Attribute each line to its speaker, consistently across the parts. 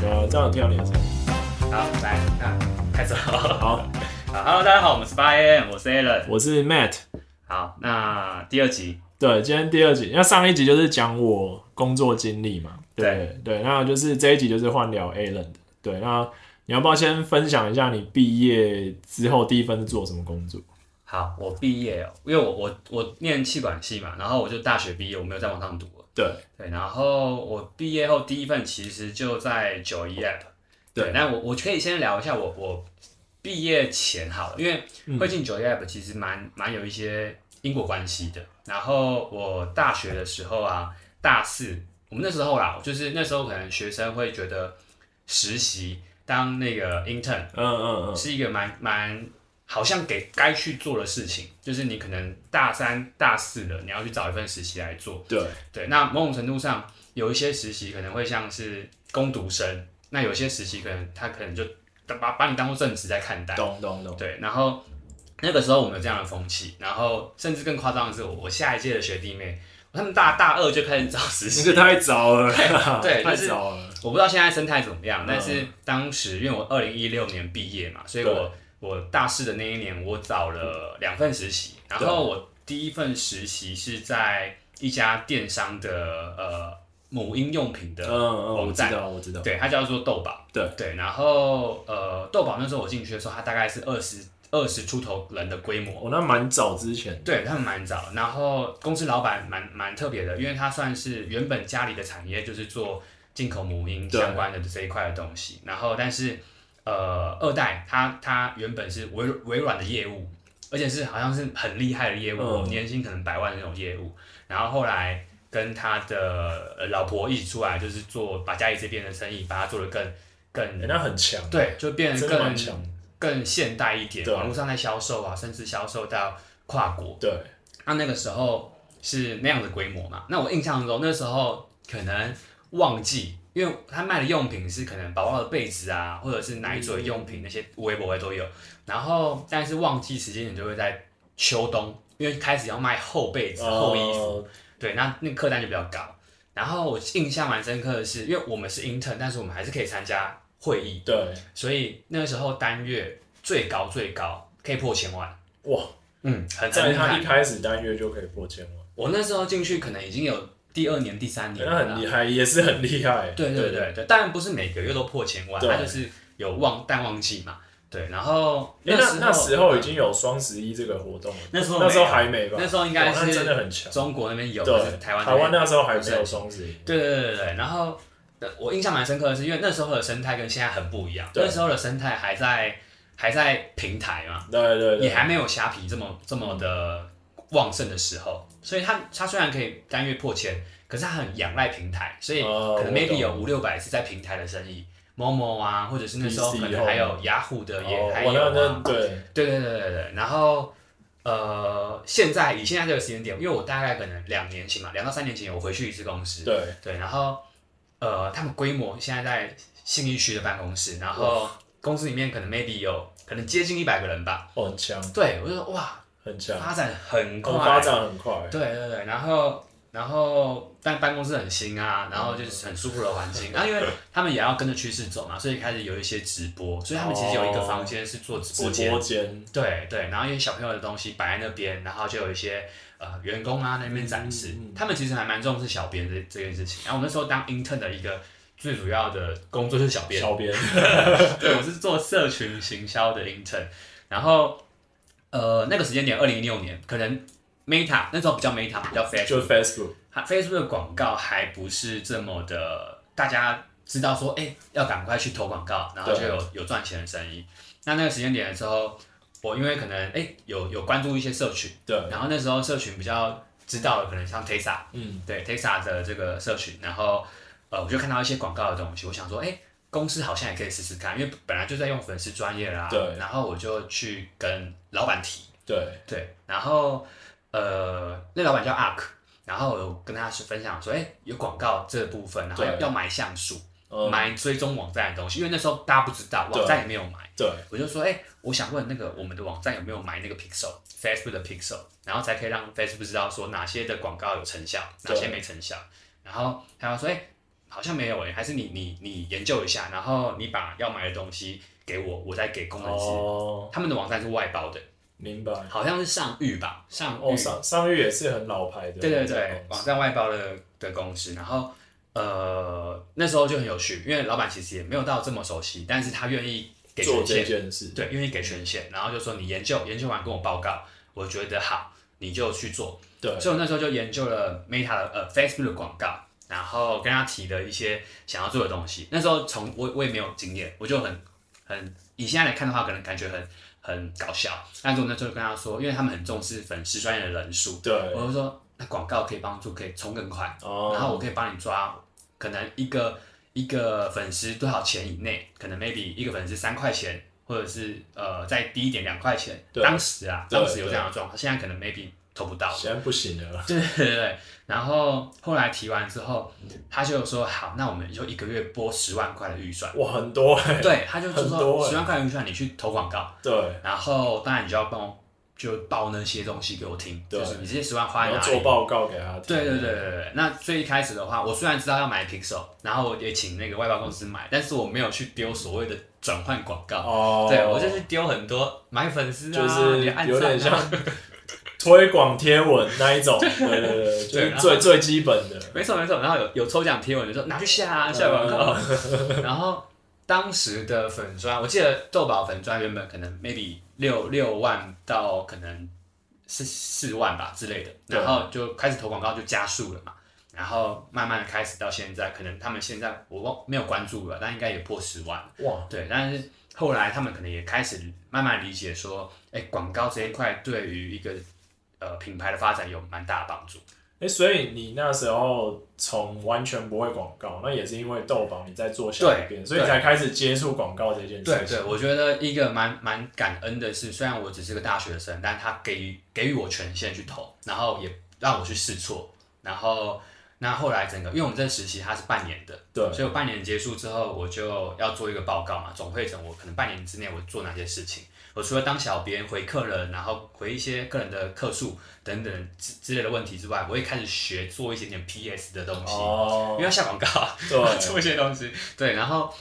Speaker 1: 这样很漂亮。
Speaker 2: 好，来，那开始了。
Speaker 1: 好，
Speaker 2: 好，Hello，大家好，我们是八 AM，我是 Alan。
Speaker 1: 我是 Matt。
Speaker 2: 好，那第二集，
Speaker 1: 对，今天第二集，因为上一集就是讲我工作经历嘛，对对，那就是这一集就是换聊 Alan 的，对，那你要不要先分享一下你毕业之后第一份是做什么工作？
Speaker 2: 好，我毕业哦，因为我我我念气管系嘛，然后我就大学毕业，我没有再往上读了。
Speaker 1: 对
Speaker 2: 对，然后我毕业后第一份其实就在九一 app。
Speaker 1: 对
Speaker 2: 对，那我我可以先聊一下我我毕业前好了，因为会进九一 app 其实蛮蛮有一些因果关系的。然后我大学的时候啊，大四我们那时候啦，就是那时候可能学生会觉得实习当那个 intern
Speaker 1: 嗯嗯嗯，
Speaker 2: 是一个蛮蛮好像给该去做的事情，就是你可能大三大四了，你要去找一份实习来做。
Speaker 1: 对
Speaker 2: 对，那某种程度上，有一些实习可能会像是攻读生，那有些实习可能他可能就把把你当做正职在看待。
Speaker 1: 懂懂懂，
Speaker 2: 对，然后那个时候我们有这样的风气，然后甚至更夸张的是我，我下一届的学弟妹，他们大大二就开始找实
Speaker 1: 这
Speaker 2: 习。
Speaker 1: 个太早了，
Speaker 2: 对
Speaker 1: 太
Speaker 2: 就是
Speaker 1: 早了，
Speaker 2: 我不知道现在生态怎么样
Speaker 1: 嗯，
Speaker 2: 但是当时因为我二零一六年毕业嘛，所以
Speaker 1: 对嗯
Speaker 2: 我我大四的那一年我找了两份实习，然后我第一份实习是在一家电商的呃母婴用品
Speaker 1: 嗯
Speaker 2: 的
Speaker 1: 嗯，我
Speaker 2: 网
Speaker 1: 知
Speaker 2: 站，
Speaker 1: 道我知道，
Speaker 2: 对，它叫做豆宝，
Speaker 1: 对
Speaker 2: 对，然后呃豆宝那时候我进去的时候，它大概是二十二十出头人的规模，
Speaker 1: 我那蛮早之前，
Speaker 2: 对他们蛮早，然后公司老板蛮蛮特别的，因为他算是原本家里的产业就是做进口母婴
Speaker 1: 对
Speaker 2: 相关的这一块的东西，然后但是呃二代他他原本是微微软的业务，而且是好像是很厉害的业务，
Speaker 1: 嗯
Speaker 2: 年薪可能百万的那种业务，然后后来跟他的呃老婆一起出来，就是做把家里这边的生意把它做得更更
Speaker 1: 人家很强，
Speaker 2: 对，就变得
Speaker 1: 哎真的
Speaker 2: 更
Speaker 1: 蛮强，
Speaker 2: 更现代一点，
Speaker 1: 对
Speaker 2: 网络上在销售啊，甚至销售到跨国。
Speaker 1: 对，
Speaker 2: 那那个时候是那样的规模嘛？那我印象中那时候可能旺季，因为他卖的用品是可能宝宝的被子啊，或者是奶
Speaker 1: 嗯
Speaker 2: 嘴用品那些微博都有。然后但是旺季时间点就会在秋冬，因为开始要卖厚被子、
Speaker 1: 哦呃
Speaker 2: 厚衣服，
Speaker 1: 服，
Speaker 2: 对，那那个客单就比较高。然后我印象蛮深刻的是，因为我们是 intern，但是我们还是可以参加会议，
Speaker 1: 对，
Speaker 2: 所以那个时候单月最高最高可以破千万，
Speaker 1: 哇，
Speaker 2: 嗯，很很
Speaker 1: 在
Speaker 2: 厉害
Speaker 1: 他一开始单月就可以破千万。
Speaker 2: 我那时候进去可能已经有第二年、第三年
Speaker 1: 那
Speaker 2: 了
Speaker 1: 很
Speaker 2: 啦。
Speaker 1: 厉害，也是很厉害。
Speaker 2: 啊对对对对，当然不是每个月都破千万，
Speaker 1: 对
Speaker 2: 它就是有旺淡旺季嘛。对，然后
Speaker 1: 诶那那时
Speaker 2: 哎时
Speaker 1: 候已经有双十一这个活动了，
Speaker 2: 那时候没有
Speaker 1: 那时候还没吧？
Speaker 2: 那时候应该
Speaker 1: 哇那
Speaker 2: 是
Speaker 1: 真的很强。
Speaker 2: 中国那边有，
Speaker 1: 对
Speaker 2: 就是台湾
Speaker 1: 台湾
Speaker 2: 那边
Speaker 1: 那时候还没有双十一，
Speaker 2: 对对对对对，然后呃我印象蛮深刻的是，因为那时候的生态跟现在很不一样，
Speaker 1: 对
Speaker 2: 那时候的生态还在还在平台嘛，
Speaker 1: 对对
Speaker 2: 也
Speaker 1: 对，
Speaker 2: 还没有虾皮这么这么的旺盛的时候，所以它它虽然可以单月破千，可是它很仰赖平台，所以
Speaker 1: 哦
Speaker 2: 可能
Speaker 1: 我
Speaker 2: maybe
Speaker 1: 懂
Speaker 2: 有五六百是在平台的生意，某某啊，或者是那时候
Speaker 1: PC
Speaker 2: 可能还有雅虎的也
Speaker 1: 哦
Speaker 2: 还
Speaker 1: 我那
Speaker 2: 有
Speaker 1: 那
Speaker 2: 啊，
Speaker 1: 对
Speaker 2: 对对对对对，然后。呃，现在以现在这个时间点，因为我大概可能两年前嘛，两到三年前我回去一次公司，
Speaker 1: 对，
Speaker 2: 对，然后呃，他们规模现在在信义区的办公室，然后公司里面可能 maybe 有可能接近一百个人吧，
Speaker 1: 哦很强
Speaker 2: 对我就说哇，
Speaker 1: 很强，
Speaker 2: 发展很快，啊
Speaker 1: 哦发展啊很快。
Speaker 2: 对对对，然后然后但办公室很新啊，然后就是很舒服的 环境，然后因为他们也要跟着趋势走嘛，所以开始有一些直播，所以他们其实有一个房间是做直
Speaker 1: 直
Speaker 2: 播间，
Speaker 1: 播间，
Speaker 2: 对对，然后因为小朋友的东西摆在那边，然后就有一些呃员工啊在那边展示，
Speaker 1: 嗯嗯嗯
Speaker 2: 他们其实还蛮重视小编这这件事情。然后我那时候当 intern 的一个最主要的工作就是小编，
Speaker 1: 小 编
Speaker 2: 对，我是做社群行销的 intern，然后呃那个时间点，二零一六年，可能 Meta 那时候不叫 Meta，叫 Facebook，
Speaker 1: 就 Facebook，
Speaker 2: 它 Facebook 的广告还不是这么的，大家知道说，哎、要赶快去投广告，然后就
Speaker 1: 对
Speaker 2: 有有赚钱的生意。那那个时间点的时候，我因为可能哎、诶有有关注一些社群，
Speaker 1: 对，
Speaker 2: 然后那时候社群比较知道的可能像 Tesla，
Speaker 1: 嗯，
Speaker 2: 对 Tesla 的这个社群，然后呃，我就看到一些广告的东西，我想说，哎、公司好像也可以试试看，因为本来就在用粉丝专业啦。
Speaker 1: 对
Speaker 2: 然后我就去跟老板提，
Speaker 1: 对，
Speaker 2: 对，然后呃，那老板叫 Ark，然后我跟他是分享说，哎、有广告这部分，然后要
Speaker 1: 对
Speaker 2: 要买像素，
Speaker 1: 嗯，
Speaker 2: 买追踪网站的东西，因为那时候大家不知道，
Speaker 1: 对
Speaker 2: 网站也没有买。
Speaker 1: 对，
Speaker 2: 我就说，哎、我想问那个我们的网站有没有买那个 Pixel Facebook 的 Pixel，然后才可以让 Facebook 知道说哪些的广告有成效，
Speaker 1: 对
Speaker 2: 哪些没成效。然后他要说，哎、好像没有诶、还是你你你研究一下，然后你把要买的东西给我，我再给工程师。
Speaker 1: 哦，
Speaker 2: 他们的网站是外包的，
Speaker 1: 明白。
Speaker 2: 好像是上域吧，上域。
Speaker 1: 哦，上上玉也是很老牌的，
Speaker 2: 对对对，网站外包的的公司，然后呃那时候就很有趣，因为老板其实也没有到这么熟悉，但是他愿意给
Speaker 1: 做
Speaker 2: 权
Speaker 1: 这
Speaker 2: 限，
Speaker 1: 件事，
Speaker 2: 对，愿意给权限，然后就说你研究研究完跟我报告，我觉得好，你就去做。
Speaker 1: 对，
Speaker 2: 所以我那时候就研究了 Meta 的呃 Facebook 的广告，然后跟他提了一些想要做的东西。那时候从我我也没有经验，我就很很以现在来看的话，可能感觉很很搞笑。但是我那时候就跟他说，因为他们很重视粉丝专业的人数，
Speaker 1: 对，
Speaker 2: 我就说那广告可以帮助可以冲更快，
Speaker 1: 哦，
Speaker 2: 然后我可以帮你抓可能一个一个粉丝多少钱以内，可能 maybe 一个粉丝三块钱，或者是呃再低一点两块钱。
Speaker 1: 对
Speaker 2: 当时啊，
Speaker 1: 对
Speaker 2: 当时有这样的状况，现在可能 maybe 投不到。
Speaker 1: 现在不行了，
Speaker 2: 对对对对，然后后来提完之后，他就说好，那我们就一个月拨十万块的预算。
Speaker 1: 哇，很多哎，
Speaker 2: 对，他就
Speaker 1: 很多
Speaker 2: 说
Speaker 1: 欸
Speaker 2: 十万块的预算你去投广告，
Speaker 1: 对，
Speaker 2: 然后当然你就要帮我就报那些东西给我听，
Speaker 1: 对
Speaker 2: 就是你这些十万花
Speaker 1: 然
Speaker 2: 在
Speaker 1: 后
Speaker 2: 哪
Speaker 1: 做
Speaker 2: 里？
Speaker 1: 报告给他听，
Speaker 2: 对对对对对对。那最一开始的话，我虽然知道要买 Pixel，然后我也请那个外包公司买，但是我没有去丢所谓的转换广告。
Speaker 1: 哦，
Speaker 2: 对，我就是丢很多买粉丝啊，
Speaker 1: 就是
Speaker 2: 你按
Speaker 1: 有点
Speaker 2: 赞啊
Speaker 1: 像推广贴文那一种，对 对对对，就
Speaker 2: 对
Speaker 1: 是
Speaker 2: 然后
Speaker 1: 最最基本的，
Speaker 2: 没错没错，然后有有抽奖贴文就说拿去下啊下广告，然后当时的粉砖，我记得豆宝粉砖原本可能 maybe 六六万到可能是四万吧之类的，
Speaker 1: 对
Speaker 2: 然后就开始投广告就加速了嘛，然后慢慢的开始到现在，可能他们现在我忘没有关注了，但应该也破十万了，
Speaker 1: 哇，
Speaker 2: 对，但是后来他们可能也开始慢慢理解说，哎，广告这一块对于一个呃品牌的发展有蛮大的帮助。
Speaker 1: 哎，所以你那时候从完全不会广告，那也是因为豆宝你在做小
Speaker 2: 对
Speaker 1: 编，所以
Speaker 2: 对
Speaker 1: 才开始接触广告这件
Speaker 2: 对
Speaker 1: 事情，
Speaker 2: 对，我觉得一个蛮蛮感恩的是，虽然我只是个大学生，但他给予给予我权限去投，然后也让我去试错，然后那后来整个，因为我们这实习它是半年的，
Speaker 1: 对
Speaker 2: 所以我半年结束之后，我就要做一个报告嘛，总汇整我可能半年之内我做哪些事情。我除了当小编回客人，然后回一些客人的客诉等等之之类的问题之外，我会开始学做一点点 PS 的东西，因
Speaker 1: 哦
Speaker 2: 为，要下广告啊，
Speaker 1: 对
Speaker 2: 做一些东西。对，然后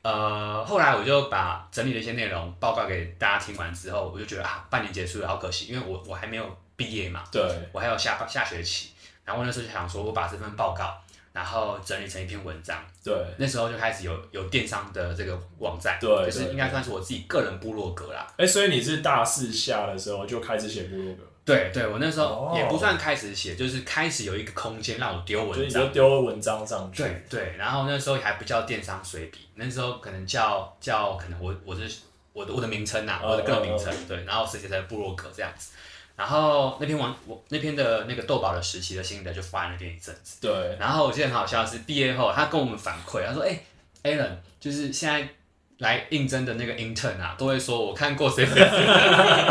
Speaker 2: 呃，后来我就把整理的一些内容报告给大家听完之后，我就觉得啊，半年结束了，好可惜，因为我我还没有毕业嘛，
Speaker 1: 对，
Speaker 2: 我还有下下学期。然后我那时候就想说，我把这份报告，然后整理成一篇文章。
Speaker 1: 对，
Speaker 2: 那时候就开始有有电商的这个网站，
Speaker 1: 对
Speaker 2: 就是
Speaker 1: 对
Speaker 2: 应该
Speaker 1: 对
Speaker 2: 算是我自己个人部落格啦。
Speaker 1: 哎，所以你是大四下的时候就开始写部落格，
Speaker 2: 对对，我那时
Speaker 1: 哦
Speaker 2: 候也不算开始写，就是开始有一个空间让我丢
Speaker 1: 所以
Speaker 2: 文
Speaker 1: 你
Speaker 2: 章
Speaker 1: 哦就。丢文章上去，
Speaker 2: 对对，然后那时候还不叫电商随笔，那时候可能叫叫可能我我是我的我的名称呐、
Speaker 1: 嗯
Speaker 2: 我的个人名称，对，然后实习在部落格这样子，然后那篇网我那篇的那个豆宝的实习的心得就放在那边一阵子，
Speaker 1: 对，
Speaker 2: 然后我记得很好笑的是毕业后他跟我们反馈，他说哎、a l a n 就是现在。来应征的那个 intern 啊，都会说我看过谁谁谁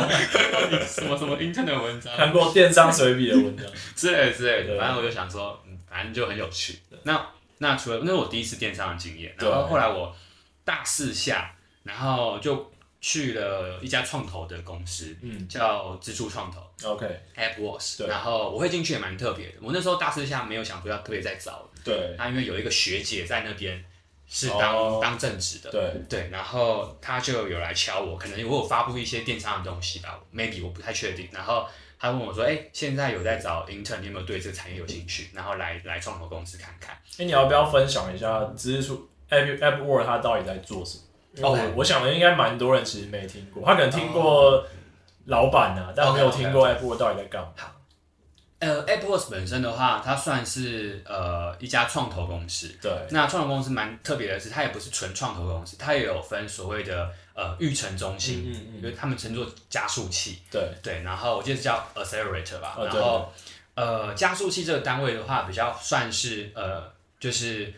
Speaker 2: 什么什么 intern 的文 章，
Speaker 1: 看过电商随笔的文章，
Speaker 2: 之类的之类
Speaker 1: 对
Speaker 2: 的，反正我就想说，嗯，反正就很有趣。那那除了那是我第一次电商的经验，
Speaker 1: 对啊
Speaker 2: 然后后来我大四下，然后就去了一家创投的公司，
Speaker 1: 嗯
Speaker 2: 叫蜘蛛创投
Speaker 1: ，OK，对
Speaker 2: AppWorks，然后我会进去也蛮特别的。我那时候大四下没有想说要特别再找，
Speaker 1: 对
Speaker 2: 那因为有一个学姐在那边是当、
Speaker 1: 哦
Speaker 2: 当正职的，
Speaker 1: 对，
Speaker 2: 对，然后他就有来敲我，可能我有发布一些电商的东西吧，maybe 我不太确定。然后他问我说：“哎、现在有在找 intern，你有没有对这个产业有兴趣？然后来来创投公司看看。
Speaker 1: 哎、你要不要分享一下蜘蛛 App App World 它到底在做什么？因为我
Speaker 2: OK
Speaker 1: 我想的应该蛮多人其实没听过，他可能听过老板啊，但没有听过 App World 到底在干嘛。”
Speaker 2: 呃 a p p l e s 本身的话，它算是呃一家创投公司。
Speaker 1: 对，
Speaker 2: 那创投公司蛮特别的是，它也不是纯创投公司，它也有分所谓的呃育成中
Speaker 1: 嗯
Speaker 2: 心，
Speaker 1: 嗯嗯
Speaker 2: 就是他们称作加速器。
Speaker 1: 对，
Speaker 2: 对，然后我记得是叫 accelerator 吧，
Speaker 1: 哦
Speaker 2: 然
Speaker 1: 对
Speaker 2: 后呃加速器这个单位的话，比较算是呃，就是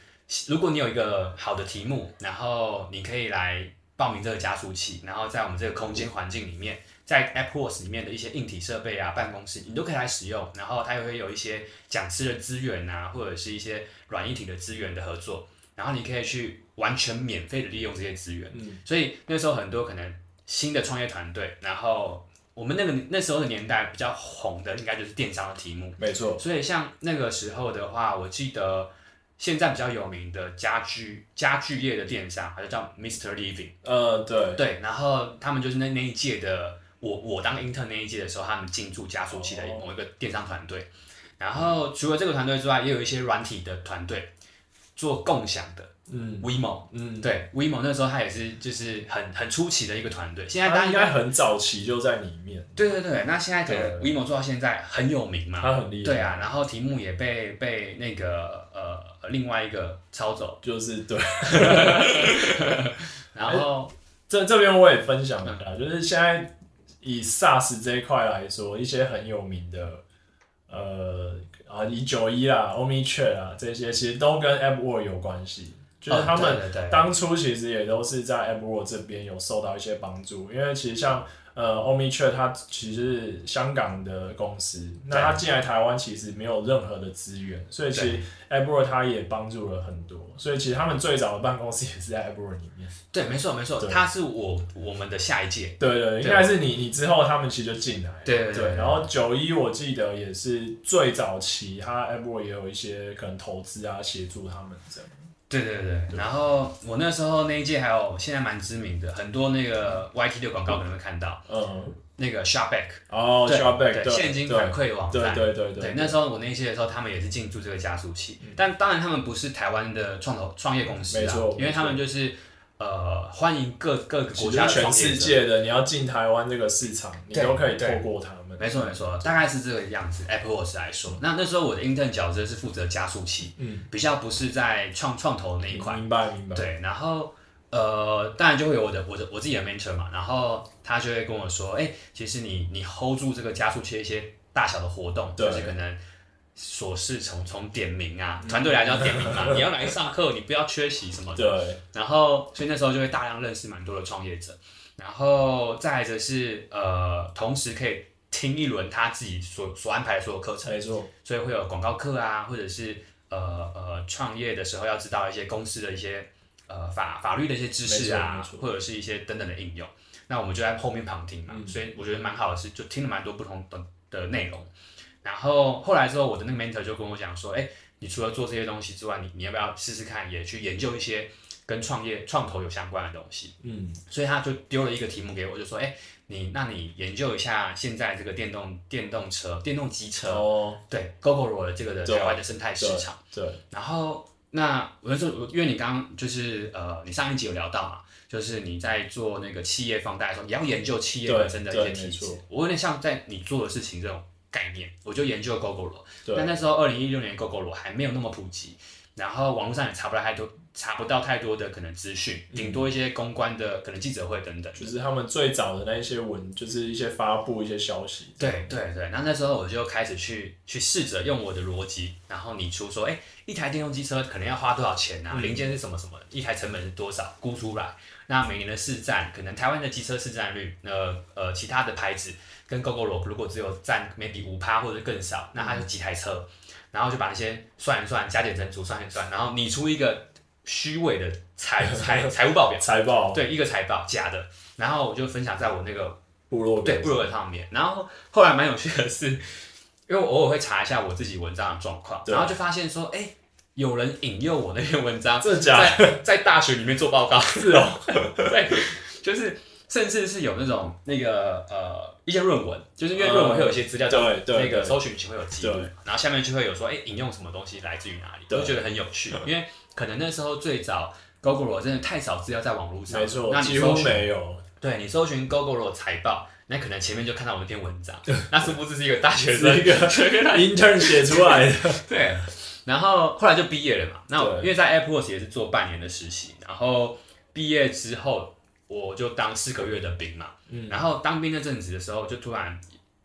Speaker 2: 如果你有一个好的题目，然后你可以来报名这个加速器，然后在我们这个空间环境里面，在 AppWorks 里面的一些硬体设备啊、办公室，你都可以来使用，然后它也会有一些讲师的资源啊，或者是一些软硬体的资源的合作，然后你可以去完全免费的利用这些资源。
Speaker 1: 嗯，
Speaker 2: 所以那时候很多可能新的创业团队，然后我们那个那时候的年代比较红的，应该就是电商的题目。
Speaker 1: 没错，
Speaker 2: 所以像那个时候的话，我记得现在比较有名的家居家具业的电商，它就叫 Mr. Living。
Speaker 3: 呃，对，
Speaker 2: 对，然后他们就是那那一届的，我我当 intern 那一届的时候，他们进驻加速器的
Speaker 3: 哦
Speaker 2: 某一个电商团队。然后除了这个团队之外，也有一些软体的团队做共享的
Speaker 3: 嗯
Speaker 2: WeMo。
Speaker 3: 嗯，
Speaker 2: 对，WeMo 那时候他也是就是很很出奇的一个团队，现在大
Speaker 3: 他
Speaker 2: 家
Speaker 3: 啊应该很早期就在里面，
Speaker 2: 对对对，那现在可能
Speaker 3: 对
Speaker 2: WeMo 做到现在很有名嘛，
Speaker 3: 他很厉害，
Speaker 2: 对啊，然后题目也被被那个呃另外一个抄走，
Speaker 3: 就是对。
Speaker 2: 然
Speaker 3: 哎
Speaker 2: 后
Speaker 3: 这这边我也分享一
Speaker 2: 嗯
Speaker 3: 下，就是现在以 SaaS 这一块来说，一些很有名的，呃啊，以九一啦、OmniChat 啊这些，其实都跟 AppWorld 有关系，就是他
Speaker 2: 哦
Speaker 3: 们
Speaker 2: 对对对
Speaker 3: 当初其实也都是在 AppWorld 这边有受到一些帮助，因为其实像呃 OmniChat 它其实是香港的公司，那它进来台湾其实没有任何的资源，所以其实 AppWorld 它也帮助了很多，所以其实他们最早的办公室也是在 AppWorld 里面。
Speaker 2: 对，没错没错，
Speaker 3: 对
Speaker 2: 他是我我们的下一届，
Speaker 3: 对对，应该是你你之后他们其实就进来了，
Speaker 2: 对对
Speaker 3: 对
Speaker 2: 对
Speaker 3: 然后九一我记得也是最早期，他 Apple 也有一些可能投资啊，协助他们这样。
Speaker 2: 对对对，然后我那时候那一届还有现在蛮知名的，很多那个 YT 的广告可能会看到
Speaker 3: 嗯，
Speaker 2: 那个 Shopback，
Speaker 3: 哦 s h o p b a c
Speaker 2: 对
Speaker 3: k 对，
Speaker 2: 现金
Speaker 3: 对
Speaker 2: 反馈网
Speaker 3: 对
Speaker 2: 站。
Speaker 3: 对对嗯
Speaker 2: 对，那时候我那一届的时候，他们也是进驻这个加速器，但当然他们不是台湾的创投创业公司
Speaker 3: 没
Speaker 2: 啊
Speaker 3: 错，
Speaker 2: 因为他们就是呃欢迎各各个
Speaker 3: 其
Speaker 2: 国
Speaker 3: 实
Speaker 2: 家的
Speaker 3: 全
Speaker 2: 创业
Speaker 3: 世
Speaker 2: 者。
Speaker 3: 界的，你要进台湾这个市场，你
Speaker 2: 对
Speaker 3: 都可以透
Speaker 2: 对
Speaker 3: 过他们。
Speaker 2: 没错没错，大概是这个样子。Apple Watch 来说，那那时候我的 intern 角色是负责加速器，
Speaker 3: 嗯，
Speaker 2: 比较不是在创创投那一块。
Speaker 3: 明白明白。
Speaker 2: 对，然后呃，当然就会有我的我的我自己的 mentor 嘛，然后他就会跟我说，哎、其实你你 hold 住这个加速器的一些大小的活动，
Speaker 3: 对嗯
Speaker 2: 就是可能琐事从从点名啊，团队来就要点名嘛， 你要来上课，你不要缺席什么的。
Speaker 3: 对，
Speaker 2: 然后所以那时候就会大量认识蛮多的创业者，然后再来则是呃，同时可以听一轮他自己所所安排的所有课程，
Speaker 3: 没错，
Speaker 2: 所以会有广告课啊，或者是呃呃创业的时候要知道一些公司的一些呃法法律的一些知识
Speaker 3: 没
Speaker 2: 啊
Speaker 3: 错没，错
Speaker 2: 或者是一些等等的应用。那我们就在后面旁听嘛，
Speaker 3: 嗯
Speaker 2: 所以我觉得蛮好的是，就听了蛮多不同的的内容。然后后来之后，我的那个 mentor 就跟我讲说，哎，你除了做这些东西之外，你你要不要试试看，也去研究一些跟创业创投有相关的东西？
Speaker 3: 嗯，
Speaker 2: 所以他就丢了一个题目给我，就说，哎，你那你研究一下现在这个电动电动车、电动机车，
Speaker 3: 哦，
Speaker 2: 对 g o g o r o 的这个的
Speaker 3: 对
Speaker 2: 台湾的生态市场。
Speaker 3: 对，
Speaker 2: 然后那我就说，我因为你刚刚就是呃，你上一集有聊到嘛，就是你在做那个企业放贷的时候，你要研究企业
Speaker 3: 对
Speaker 2: 本身的一些
Speaker 3: 对
Speaker 2: 体制
Speaker 3: 没错。
Speaker 2: 我有点像在你做的事情这种概念，我就研究 g o g o r o
Speaker 3: 对
Speaker 2: 但那时候二零一六年 g o g o r o 还没有那么普及，然后网络上也查不到太多，查不到太多的可能资讯，顶
Speaker 3: 嗯
Speaker 2: 多一些公关的可能记者会等等的。
Speaker 3: 就是他们最早的那一些文，就是一些发布一些消息。
Speaker 2: 对对对，然后那时候我就开始去去试着用我的逻辑，然后拟出说，哎，一台电动机车可能要花多少钱啊？零件是什么什么？一台成本是多少？估出来。那每年的市占，可能台湾的机车市占率，呃呃，其他的牌子跟 GoGoRo 如果只有占 maybe 五趴或者更少，那它就几台车，然后就把那些算一算，加减乘除算一算，然后拟出一个虚伪的财财财务报 表，
Speaker 3: 财报
Speaker 2: 对，一个财报假的。然后我就分享在我那个
Speaker 3: 部落格
Speaker 2: 对，布鲁格上面。然后后来蛮有趣的是，因为我偶尔会查一下我自己文章的状况，
Speaker 3: 对啊
Speaker 2: 然后就发现说，哎、有人引诱我那篇文章，
Speaker 3: 真的假的
Speaker 2: 在 在大学里面做报告，
Speaker 3: 是哦，
Speaker 2: 对，就是甚至是有那种那个呃一些论文，就是因为论文会有一些资料，
Speaker 3: 嗯对
Speaker 2: 那
Speaker 3: 对
Speaker 2: 个
Speaker 3: 对
Speaker 2: 搜寻会有记录
Speaker 3: 对，
Speaker 2: 然后下面就会有说，哎、引用什么东西来自于哪里，
Speaker 3: 对
Speaker 2: 我就觉得很有趣，因为可能那时候最早。Google 真的太少资料在网络上了，
Speaker 3: 没错，
Speaker 2: 那你
Speaker 3: 几
Speaker 2: 搜
Speaker 3: 乎
Speaker 2: 寻
Speaker 3: 没有。
Speaker 2: 对你搜寻 GoGoRo 财报，那可能前面就看到我那篇文章，那殊不知是一个大学生
Speaker 3: 是一个
Speaker 2: 随便乱
Speaker 3: intern 写出来的，
Speaker 2: 对。然后后来就毕业了嘛，那我
Speaker 3: 对
Speaker 2: 因为在 Apple Watch 也是做半年的实习，然后毕业之后我就当四个月的兵嘛，
Speaker 3: 嗯
Speaker 2: 然后当兵那阵子的时候，就突然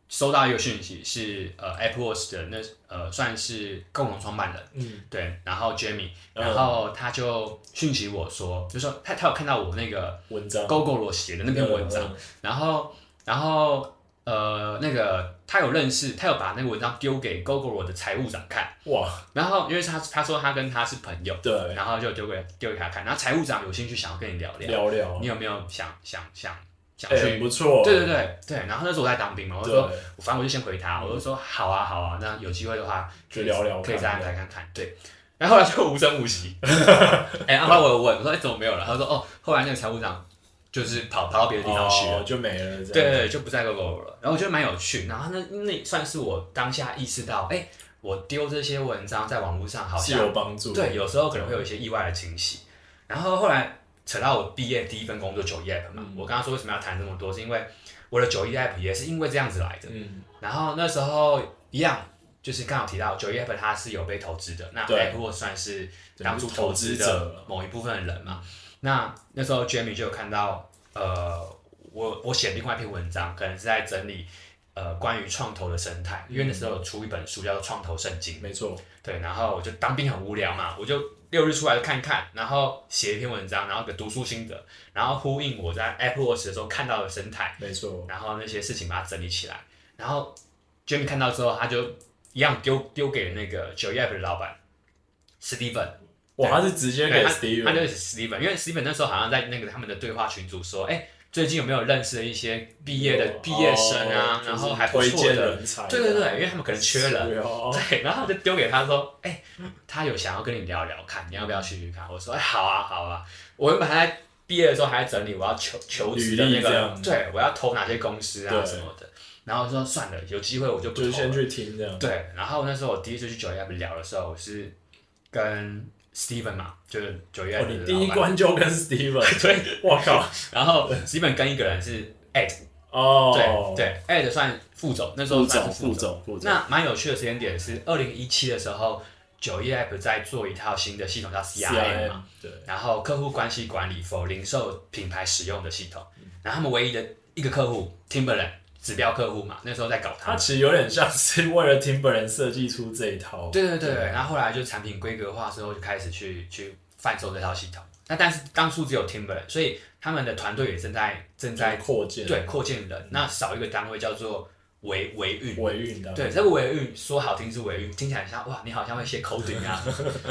Speaker 2: 收到一个讯息是呃 Apple Watch 的那呃算是共同创办人。
Speaker 3: 嗯，
Speaker 2: 对，然后 Jamie，
Speaker 3: 嗯
Speaker 2: 然后他就讯息我说，就说他他有看到我那个
Speaker 3: 文章
Speaker 2: GoGo 罗写的那篇文章，，然后，然后，呃，那个他有认识，他有把那个文章丢给 GoGo 的财务长看，
Speaker 3: 嗯哇，
Speaker 2: 然后因为他他说他跟他是朋友，
Speaker 3: 对，
Speaker 2: 然后就丢给丢给他看，然后财务长有兴趣想要跟你聊聊，
Speaker 3: 聊聊
Speaker 2: 你，有没有想想想想
Speaker 3: 哎、
Speaker 2: 去？
Speaker 3: 不错，
Speaker 2: 对对对对，然后那时候我在当兵嘛，我就说
Speaker 3: 对，
Speaker 2: 我反正我就先回他，我就说好啊好啊，那有机会的话
Speaker 3: 就聊聊
Speaker 2: 可以
Speaker 3: 看
Speaker 2: 再安排看看。对，然后后来就无声无 息。哎、然后后来我有问，我说：“哎、怎么没有了？”他说：“哦，后来那个财务长就是跑跑到别的地方去了。
Speaker 3: 哦，就没了。
Speaker 2: 对对，对，就不在 GoGo 了。然后我觉得蛮有趣，然后那那算是我当下意识到，哎、我丢这些文章在网络上好
Speaker 3: 是
Speaker 2: 像
Speaker 3: 有帮助。
Speaker 2: 对，有时候可能会有一些意外的惊喜。然后后来扯到我毕业第一份工作九 App 嘛，
Speaker 3: 嗯
Speaker 2: 我刚刚说为什么要谈这么多，是因为我的九一 App 也是因为这样子来的。
Speaker 3: 嗯，
Speaker 2: 然后那时候一样，就是刚好提到九一 App 它是有被投资的，那
Speaker 3: 对
Speaker 2: Apple 算是当初投资
Speaker 3: 等于是投资者
Speaker 2: 的某一部分人嘛。那那时候 Jamie 就有看到，呃，我我写另外一篇文章，可能是在整理呃关于创投的生态，因为那时候有出一本书叫做《创投圣经》。
Speaker 3: 没错，
Speaker 2: 对，然后我就当兵很无聊嘛，我就六日出来看看，然后写一篇文章，然后给读书心得，然后呼应我在 Apple Watch 的时候看到的生态，
Speaker 3: 没错。
Speaker 2: 然后那些事情把它整理起来，然后 Jamie 看到之后，他就一样丢丢给那个九一 App 的老板 Steven，
Speaker 3: 哇，他是直接
Speaker 2: 对
Speaker 3: 给
Speaker 2: 他他就
Speaker 3: Steven，
Speaker 2: 是 Steven，因为 Steven 那时候好像在那个他们的对话群组说，哎、最近有没有认识的一些毕业的
Speaker 3: 哦
Speaker 2: 毕业生啊，
Speaker 3: 就是
Speaker 2: 然后还不
Speaker 3: 推
Speaker 2: 错
Speaker 3: 荐
Speaker 2: 的，
Speaker 3: 人才，
Speaker 2: 对对对，因为他们可能缺人。
Speaker 3: 是哦，
Speaker 2: 对，然后我就丢给他说，哎、他有想要跟你聊聊看，你要不要去去看？我说，哎、好啊，好啊。我原本还在毕业的时候还在整理我要求求职的
Speaker 3: 履历
Speaker 2: 那
Speaker 3: 这
Speaker 2: 个
Speaker 3: 样，
Speaker 2: 对我要投哪些公司啊
Speaker 3: 对
Speaker 2: 什么的。然后我说算了，有机会我就不
Speaker 3: 就是
Speaker 2: 投
Speaker 3: 先
Speaker 2: 了。
Speaker 3: 去听这样。
Speaker 2: 对，然后那时候我第一次去九月聊的时候，我是跟 Steven 嘛，就是九月
Speaker 3: 哦，
Speaker 2: 的
Speaker 3: 你
Speaker 2: 老
Speaker 3: 第一
Speaker 2: 板，
Speaker 3: 关就跟 Steven，
Speaker 2: 对，
Speaker 3: 我靠，
Speaker 2: 然后 Steven 跟一个人是 Ed，
Speaker 3: 哦
Speaker 2: 对，对，Ed 算副总，那时候
Speaker 1: 副
Speaker 2: 算
Speaker 1: 总
Speaker 2: 是
Speaker 1: 副总副总，
Speaker 2: 那蛮有趣的时间点是二零一七的时候，九一 app 在做一套新的系统叫 CRM 嘛，
Speaker 3: 对，
Speaker 2: 然后客户关系管理 for 零售品牌使用的系统，然后他们唯一的一个客户 Timberland 指标客户嘛，那时候在搞他
Speaker 3: 他
Speaker 2: 们。
Speaker 3: 其实有点像 是为了 Timberland 设计出这一套。
Speaker 2: 对对对，然后后来就产品规格化之后就开始去去贩售这套系统。那但是当初只有 Timberland，所以他们的团队也正在正
Speaker 3: 在
Speaker 2: 在
Speaker 3: 扩建，
Speaker 2: 对扩建人，那少一个单位叫做维维运。
Speaker 3: 维运的，
Speaker 2: 对，这个维运说好听是维运，听起来很像哇，你好像会写 coding 啊，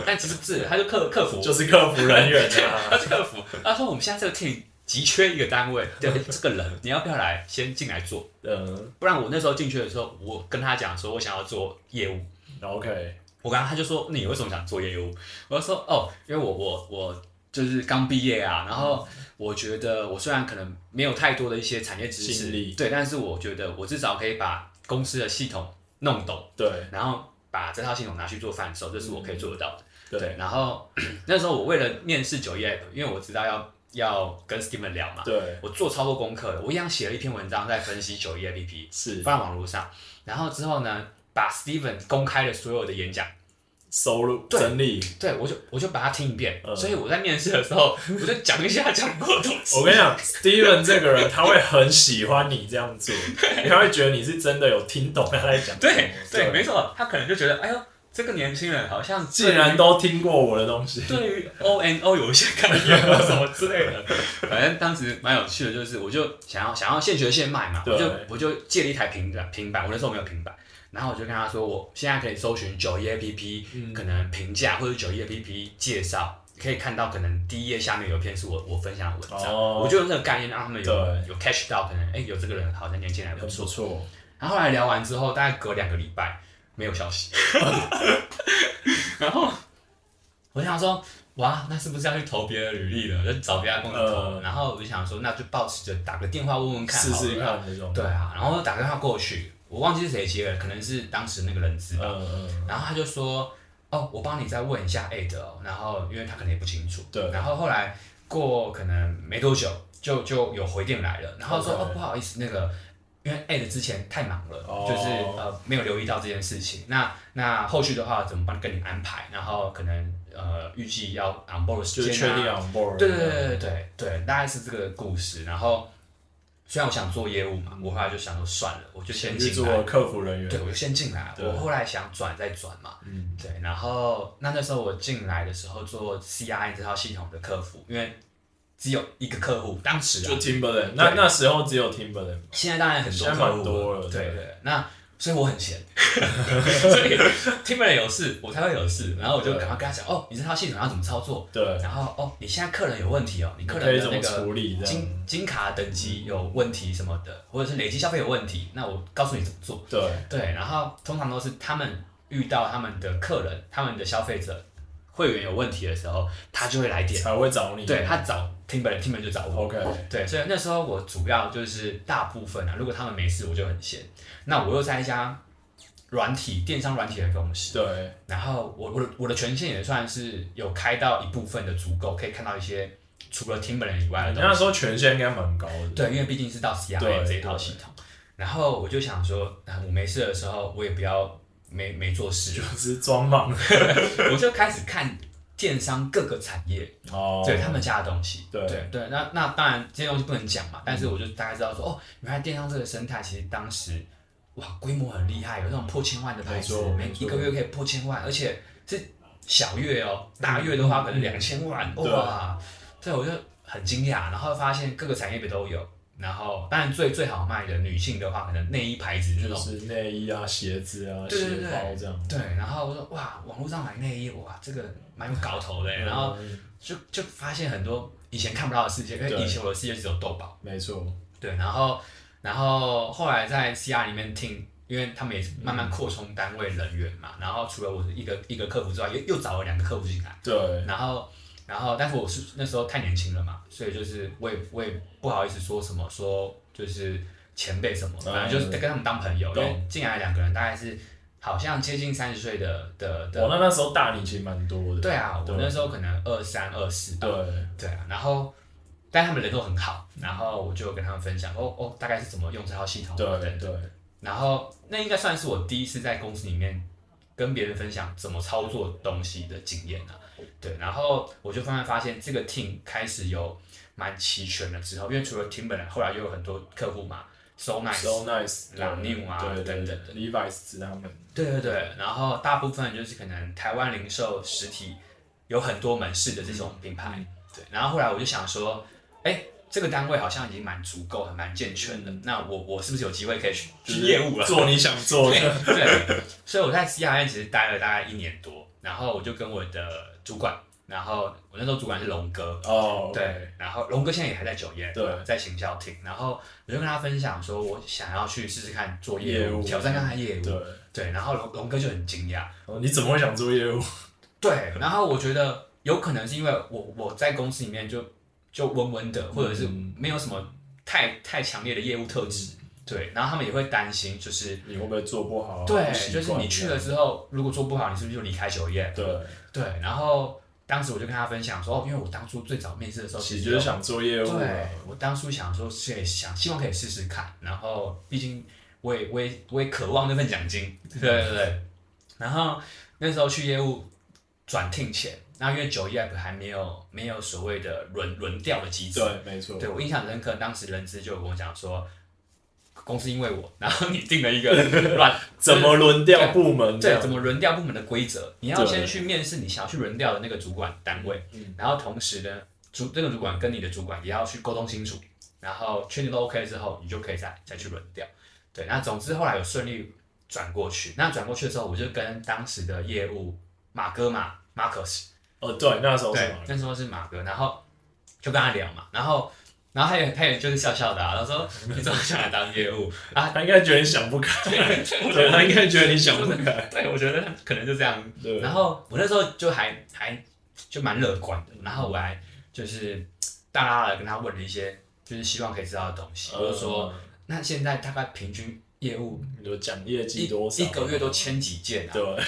Speaker 2: 但其实不是，他就客客服，
Speaker 3: 就是客服人员啊。
Speaker 2: 他是客服。他说我们现在这个 team 急缺一个单位，对这个人，你要不要来先进来做？
Speaker 3: 嗯
Speaker 2: 不然我那时候进去的时候，我跟他讲说我想要做业务，
Speaker 3: ，OK，
Speaker 2: 我刚刚他就说你为什么想做业务？我就说哦，因为我我我就是刚毕业啊，然后我觉得我虽然可能没有太多的一些产业知识
Speaker 3: 经历，
Speaker 2: 对，但是我觉得我至少可以把公司的系统弄懂。
Speaker 3: 对
Speaker 2: 然后把这套系统拿去做贩售，这是我可以做得到的。
Speaker 3: 对
Speaker 2: 然后 那时候我为了面试九一 app，因为我知道要要跟 Steven 聊嘛，
Speaker 3: 对，
Speaker 2: 我做超多功课的，我一样写了一篇文章在分析九一 app，
Speaker 3: 是
Speaker 2: 放在网络上。然后之后呢，把 Steven 公开的所有的演讲，
Speaker 3: 收入
Speaker 2: 对
Speaker 3: 整理。
Speaker 2: 对我就我就把它听一遍。
Speaker 3: 嗯
Speaker 2: 所以我在面试的时 候，我就讲一下讲过的东西。
Speaker 3: 我跟 你讲，Steven 这个人他会很喜欢你这样做，他会觉得你是真的有听懂他在讲什么。
Speaker 2: 对对，没错，他可能就觉得，哎呦，这个年轻人好像
Speaker 3: 既然
Speaker 2: 都。
Speaker 3: 都听过我的东西，
Speaker 2: 对 于 O N O 有一些概念或什么之类的， 反正当时蛮有趣的，就是我就想要想要现学现卖嘛，
Speaker 3: 对
Speaker 2: 我就我就借了一台平板，平板我那时候没有平板，然后我就跟他说，我现在可以搜寻九一 A P P，、可
Speaker 3: 嗯
Speaker 2: 能评价或者九一 A P P 介绍，可以看到可能第一页下面有一篇是我我分享的文章，
Speaker 3: 哦
Speaker 2: 我就用这个概念让他们有
Speaker 3: 对
Speaker 2: 有 catch 到，可能哎、有这个人好像年轻人还不
Speaker 3: 很
Speaker 2: 错
Speaker 3: 不，错。
Speaker 2: 然后后来聊完之后，大概隔两个礼拜没有消息，然后我想说，哇，那是不是要去投别的履历了？就找别家公司投。
Speaker 3: 嗯
Speaker 2: 然后我就想说，那就保持着打个电话问问看，
Speaker 3: 试试。看那种。
Speaker 2: 对啊，然后打电话过去，我忘记是谁接了，可能是当时那个人资吧。
Speaker 3: 嗯嗯，
Speaker 2: 然后他就说，哦，我帮你再问一下 A 的、哦，然后因为他可能也不清楚。
Speaker 3: 对
Speaker 2: 然后后来过可能没多久，就就有回电来了，然后说
Speaker 3: OK
Speaker 2: 哦不好意思，那个因为 A 的之前太忙了，
Speaker 3: 哦
Speaker 2: 就是呃没有留意到这件事情。那那后续的话怎么帮跟你安排？然后可能呃预计要 on board 的时
Speaker 3: 就
Speaker 2: 间、
Speaker 3: 是
Speaker 2: 啊、
Speaker 3: 确定 on board。
Speaker 2: 对对对对对对，大概是这个故事。然后虽然我想做业务嘛，我后来就想说算了，我就先
Speaker 3: 你去
Speaker 2: 进
Speaker 3: 做
Speaker 2: 来。
Speaker 3: 客服人员。
Speaker 2: 对，我就先进来，
Speaker 3: 对
Speaker 2: 我后来想转再转嘛，
Speaker 3: 嗯，
Speaker 2: 对，然后那那时候我进来的时候做 CRM 这套系统的客服，因为只有一个客户，当时
Speaker 3: 就
Speaker 2: 啊，
Speaker 3: Timberland。那那时候只有 Timberland。
Speaker 2: 现在当然很多
Speaker 3: 现在
Speaker 2: 客户
Speaker 3: 蛮多了
Speaker 2: 对
Speaker 3: 对
Speaker 2: 对，那所以我很 闲，所以 Timberland 有事我才会有事，然后我就
Speaker 3: 嗯对
Speaker 2: 赶快跟他讲，哦，你这套系统要怎么操作，
Speaker 3: 对，
Speaker 2: 然后哦，你现在客人有问题哦，你客
Speaker 3: 可
Speaker 2: 人
Speaker 3: 以
Speaker 2: 的
Speaker 3: 怎
Speaker 2: 那
Speaker 3: 么
Speaker 2: 个
Speaker 3: 处理这样？
Speaker 2: 金金卡等级有问题什么的，或者是累积消费有问题，那我告诉你怎么做，
Speaker 3: 对，
Speaker 2: 对，然后通常都是他们遇到他们的客人、他们的消费者会员有问题的时候，他就会来电，
Speaker 3: 才会找你。
Speaker 2: 对他找 Timber，Timber 就找我。
Speaker 3: ，OK，
Speaker 2: 对，所以那时候我主要就是大部分啊，如果他们没事，我就很闲。那我又在一家软体电商软体的公司，
Speaker 3: 对，
Speaker 2: 然后我我的我的权限也算是有开到一部分的足够，可以看到一些除了 Timberland 以外的
Speaker 3: 你
Speaker 2: 东
Speaker 3: 那
Speaker 2: 西。
Speaker 3: 时候权限应该蛮高的。
Speaker 2: 对，因为毕竟是到 CIA
Speaker 3: 对
Speaker 2: 这一套系统，然后我就想说，啊我没事的时候，我也不要没没做事
Speaker 3: 就，是 装忙
Speaker 2: 我就开始看电商各个产业，
Speaker 3: 哦，
Speaker 2: 对他们家的东西，
Speaker 3: 对嗯
Speaker 2: 对对，那那当然这些东西不能讲嘛，但是我就大概知道说，哦，原来电商这个生态其实当时哇规模很厉害，有那种破千万的牌子
Speaker 3: 没错，
Speaker 2: 每
Speaker 3: 没错
Speaker 2: 一个月可以破千万，而且是小月哦，大月的话可能两千万，
Speaker 3: 嗯对
Speaker 2: 哇，对，我就很惊讶，然后发现各个产业别都有，然后当然最最好卖的女性的话，可能内衣牌子这
Speaker 3: 就
Speaker 2: 种。
Speaker 3: 是内衣啊、鞋子啊、
Speaker 2: 对对
Speaker 3: 鞋
Speaker 2: 对
Speaker 3: 包这样。
Speaker 2: 对，然后我说哇，网络上买内衣，哇，这个蛮有搞头的。欸然后
Speaker 3: 嗯
Speaker 2: 就就发现很多以前看不到的世界，因为
Speaker 3: 对
Speaker 2: 以前我的世界只有豆宝，
Speaker 3: 没错，
Speaker 2: 对，然后然后后来在 CR 里面听，因为他们也是慢
Speaker 3: 嗯
Speaker 2: 慢扩充单位人员嘛，然后除了我一个一个客服之外，又又找了两个客服进来，
Speaker 3: 对，
Speaker 2: 然后然后但是我是那时候太年轻了嘛，所以就是我也我也不好意思说什么说就是前辈什么，
Speaker 3: 嗯
Speaker 2: 反正就是跟他们当朋友，因
Speaker 3: 懂
Speaker 2: 为进来两个人大概是好像接近三十岁的的
Speaker 3: 我嗯
Speaker 2: 的，
Speaker 3: 哦那那时候大你其实蛮多的。
Speaker 2: 对啊，我
Speaker 3: 对
Speaker 2: 那时候可能二三二四吧。
Speaker 3: 对，
Speaker 2: 对啊，然后但他们人都很好，然后我就跟他们分享，哦哦，大概是怎么用这套系统，
Speaker 3: 对对，
Speaker 2: 然后那应该算是我第一次在公司里面跟别人分享怎么操作东西的经验啊。对，然后我就慢慢发现这个 team 开始有蛮齐全了之后，因为除了 team 本来后来又有很多客户嘛，so nice，
Speaker 3: so nice，对
Speaker 2: 朗宁啊
Speaker 3: 对
Speaker 2: 等
Speaker 3: 对
Speaker 2: 等等
Speaker 3: ，Levi's 他们，
Speaker 2: 对对对，然后大部分就是可能台湾零售实体有很多门市的这种品牌，嗯对。然后后来我就想说，哎，这个单位好像已经蛮足够、蛮健全的，那我我是不是有机会可以去
Speaker 3: 就
Speaker 2: 去
Speaker 3: 是
Speaker 2: 嗯业务啊了？
Speaker 3: 做你想 做的，
Speaker 2: 对，所以我在 CRN 其实待了大概一年多，然后我就跟我的主管，然后我那时候主管是龙哥，
Speaker 3: 哦，
Speaker 2: 对，然后龙哥现在也还在酒业，
Speaker 3: 对
Speaker 2: 在行销厅，然后我就跟他分享说，我想要去试试看做业
Speaker 3: 业
Speaker 2: 务，
Speaker 3: 务
Speaker 2: 挑战看看业务，
Speaker 3: 对，
Speaker 2: 对，然后龙龙哥就很惊讶，
Speaker 3: 哦你怎么会想做业务？
Speaker 2: 对，然后我觉得有可能是因为我我在公司里面就就温温的，或者是
Speaker 3: 嗯
Speaker 2: 没有什么太太强烈的业务特质，对，然后他们也会担心，就是
Speaker 3: 你会不会做不好啊？
Speaker 2: 对
Speaker 3: 不，习
Speaker 2: 就
Speaker 3: 惯
Speaker 2: 是你去了之后，如果做不好，你是不是就离开酒业？
Speaker 3: 这样，
Speaker 2: 对，然后当时我就跟他分享说，哦，因为我当初最早面试的时
Speaker 3: 对，
Speaker 2: 候，
Speaker 3: 其实就是想做业务
Speaker 2: 对
Speaker 3: 啊，，
Speaker 2: 我当初想说是想希望可以试试看，然后毕竟我也我也我也渴望那份奖金，对对对。然后那时候去业务转聘前，那因为九一 app 还没有没有所谓的轮轮调的机制，
Speaker 3: 对，没错，
Speaker 2: 对我印象很深刻，当时人资就有跟我讲说，公司因为我，然后你定了一个乱
Speaker 3: 怎么轮调部门这
Speaker 2: 对，
Speaker 3: 样？
Speaker 2: 怎么轮调部门的规则，你要
Speaker 3: 啊对
Speaker 2: 先去面试你想要去轮调的那个主管单位，
Speaker 3: 嗯
Speaker 2: 然后同时呢，主那个主管跟你的主管也要去沟通清楚，然后确定都 OK 之后，你就可以再再去轮调。对，那总之后来有顺利转过去，那转过去的时候，我就跟当时的业务马哥嘛，Marcus，
Speaker 3: 哦，对，那时候是
Speaker 2: 对
Speaker 3: 嘛，？
Speaker 2: 那时候是马哥，然后就跟他聊嘛，然后然后他也他也就是笑笑的、啊，他 说你怎么想来当业务？
Speaker 3: 他应该觉得你想不开， 对他应该觉得你想不开，
Speaker 2: 对，我觉得可能就这样
Speaker 3: 对，
Speaker 2: 然后我那时候就还还就蛮乐观的，然后我还就是大拉的跟他问了一些，就是希望可以知道的东西，我就说
Speaker 3: 嗯
Speaker 2: 那现在大概平均业务
Speaker 3: 你就讲业
Speaker 2: 一
Speaker 3: 绩多少，
Speaker 2: 一个月都签几件啊？
Speaker 3: 对，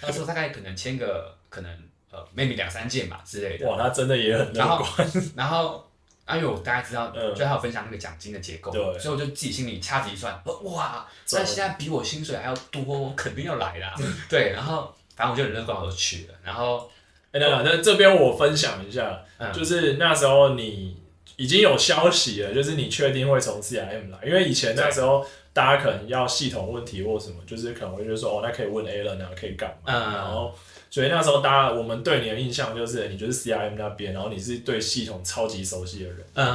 Speaker 2: 他说大概可能签个可能呃 maybe 两三件吧之类的。
Speaker 3: 哇，他真的也很
Speaker 2: 然
Speaker 3: 乐
Speaker 2: 后
Speaker 3: 观，
Speaker 2: 然后啊因为我大概知道，
Speaker 3: 嗯
Speaker 2: 就还有分享那个奖金的结构，
Speaker 3: 对
Speaker 2: 所以我就自己心里掐指一算，呃哇，
Speaker 3: 走
Speaker 2: 那现在比我薪水还要多，我肯定要来啦。对，然后反正我就很乐观，我就去了，然后
Speaker 3: 哎，等等，那这边我分享一下，
Speaker 2: 嗯
Speaker 3: 就是那时候你已经有消息了，就是你确定会从 CRM 来，因为以前那时候大家可能要系统问题或什么，就是可能会就说哦，那可以问 A 了，然后可以干嘛，
Speaker 2: 嗯
Speaker 3: 然后。所以那时候，大家我们对你的印象就是哎你就是 CRM 那边，然后你是对系统超级熟悉的人。
Speaker 2: 嗯。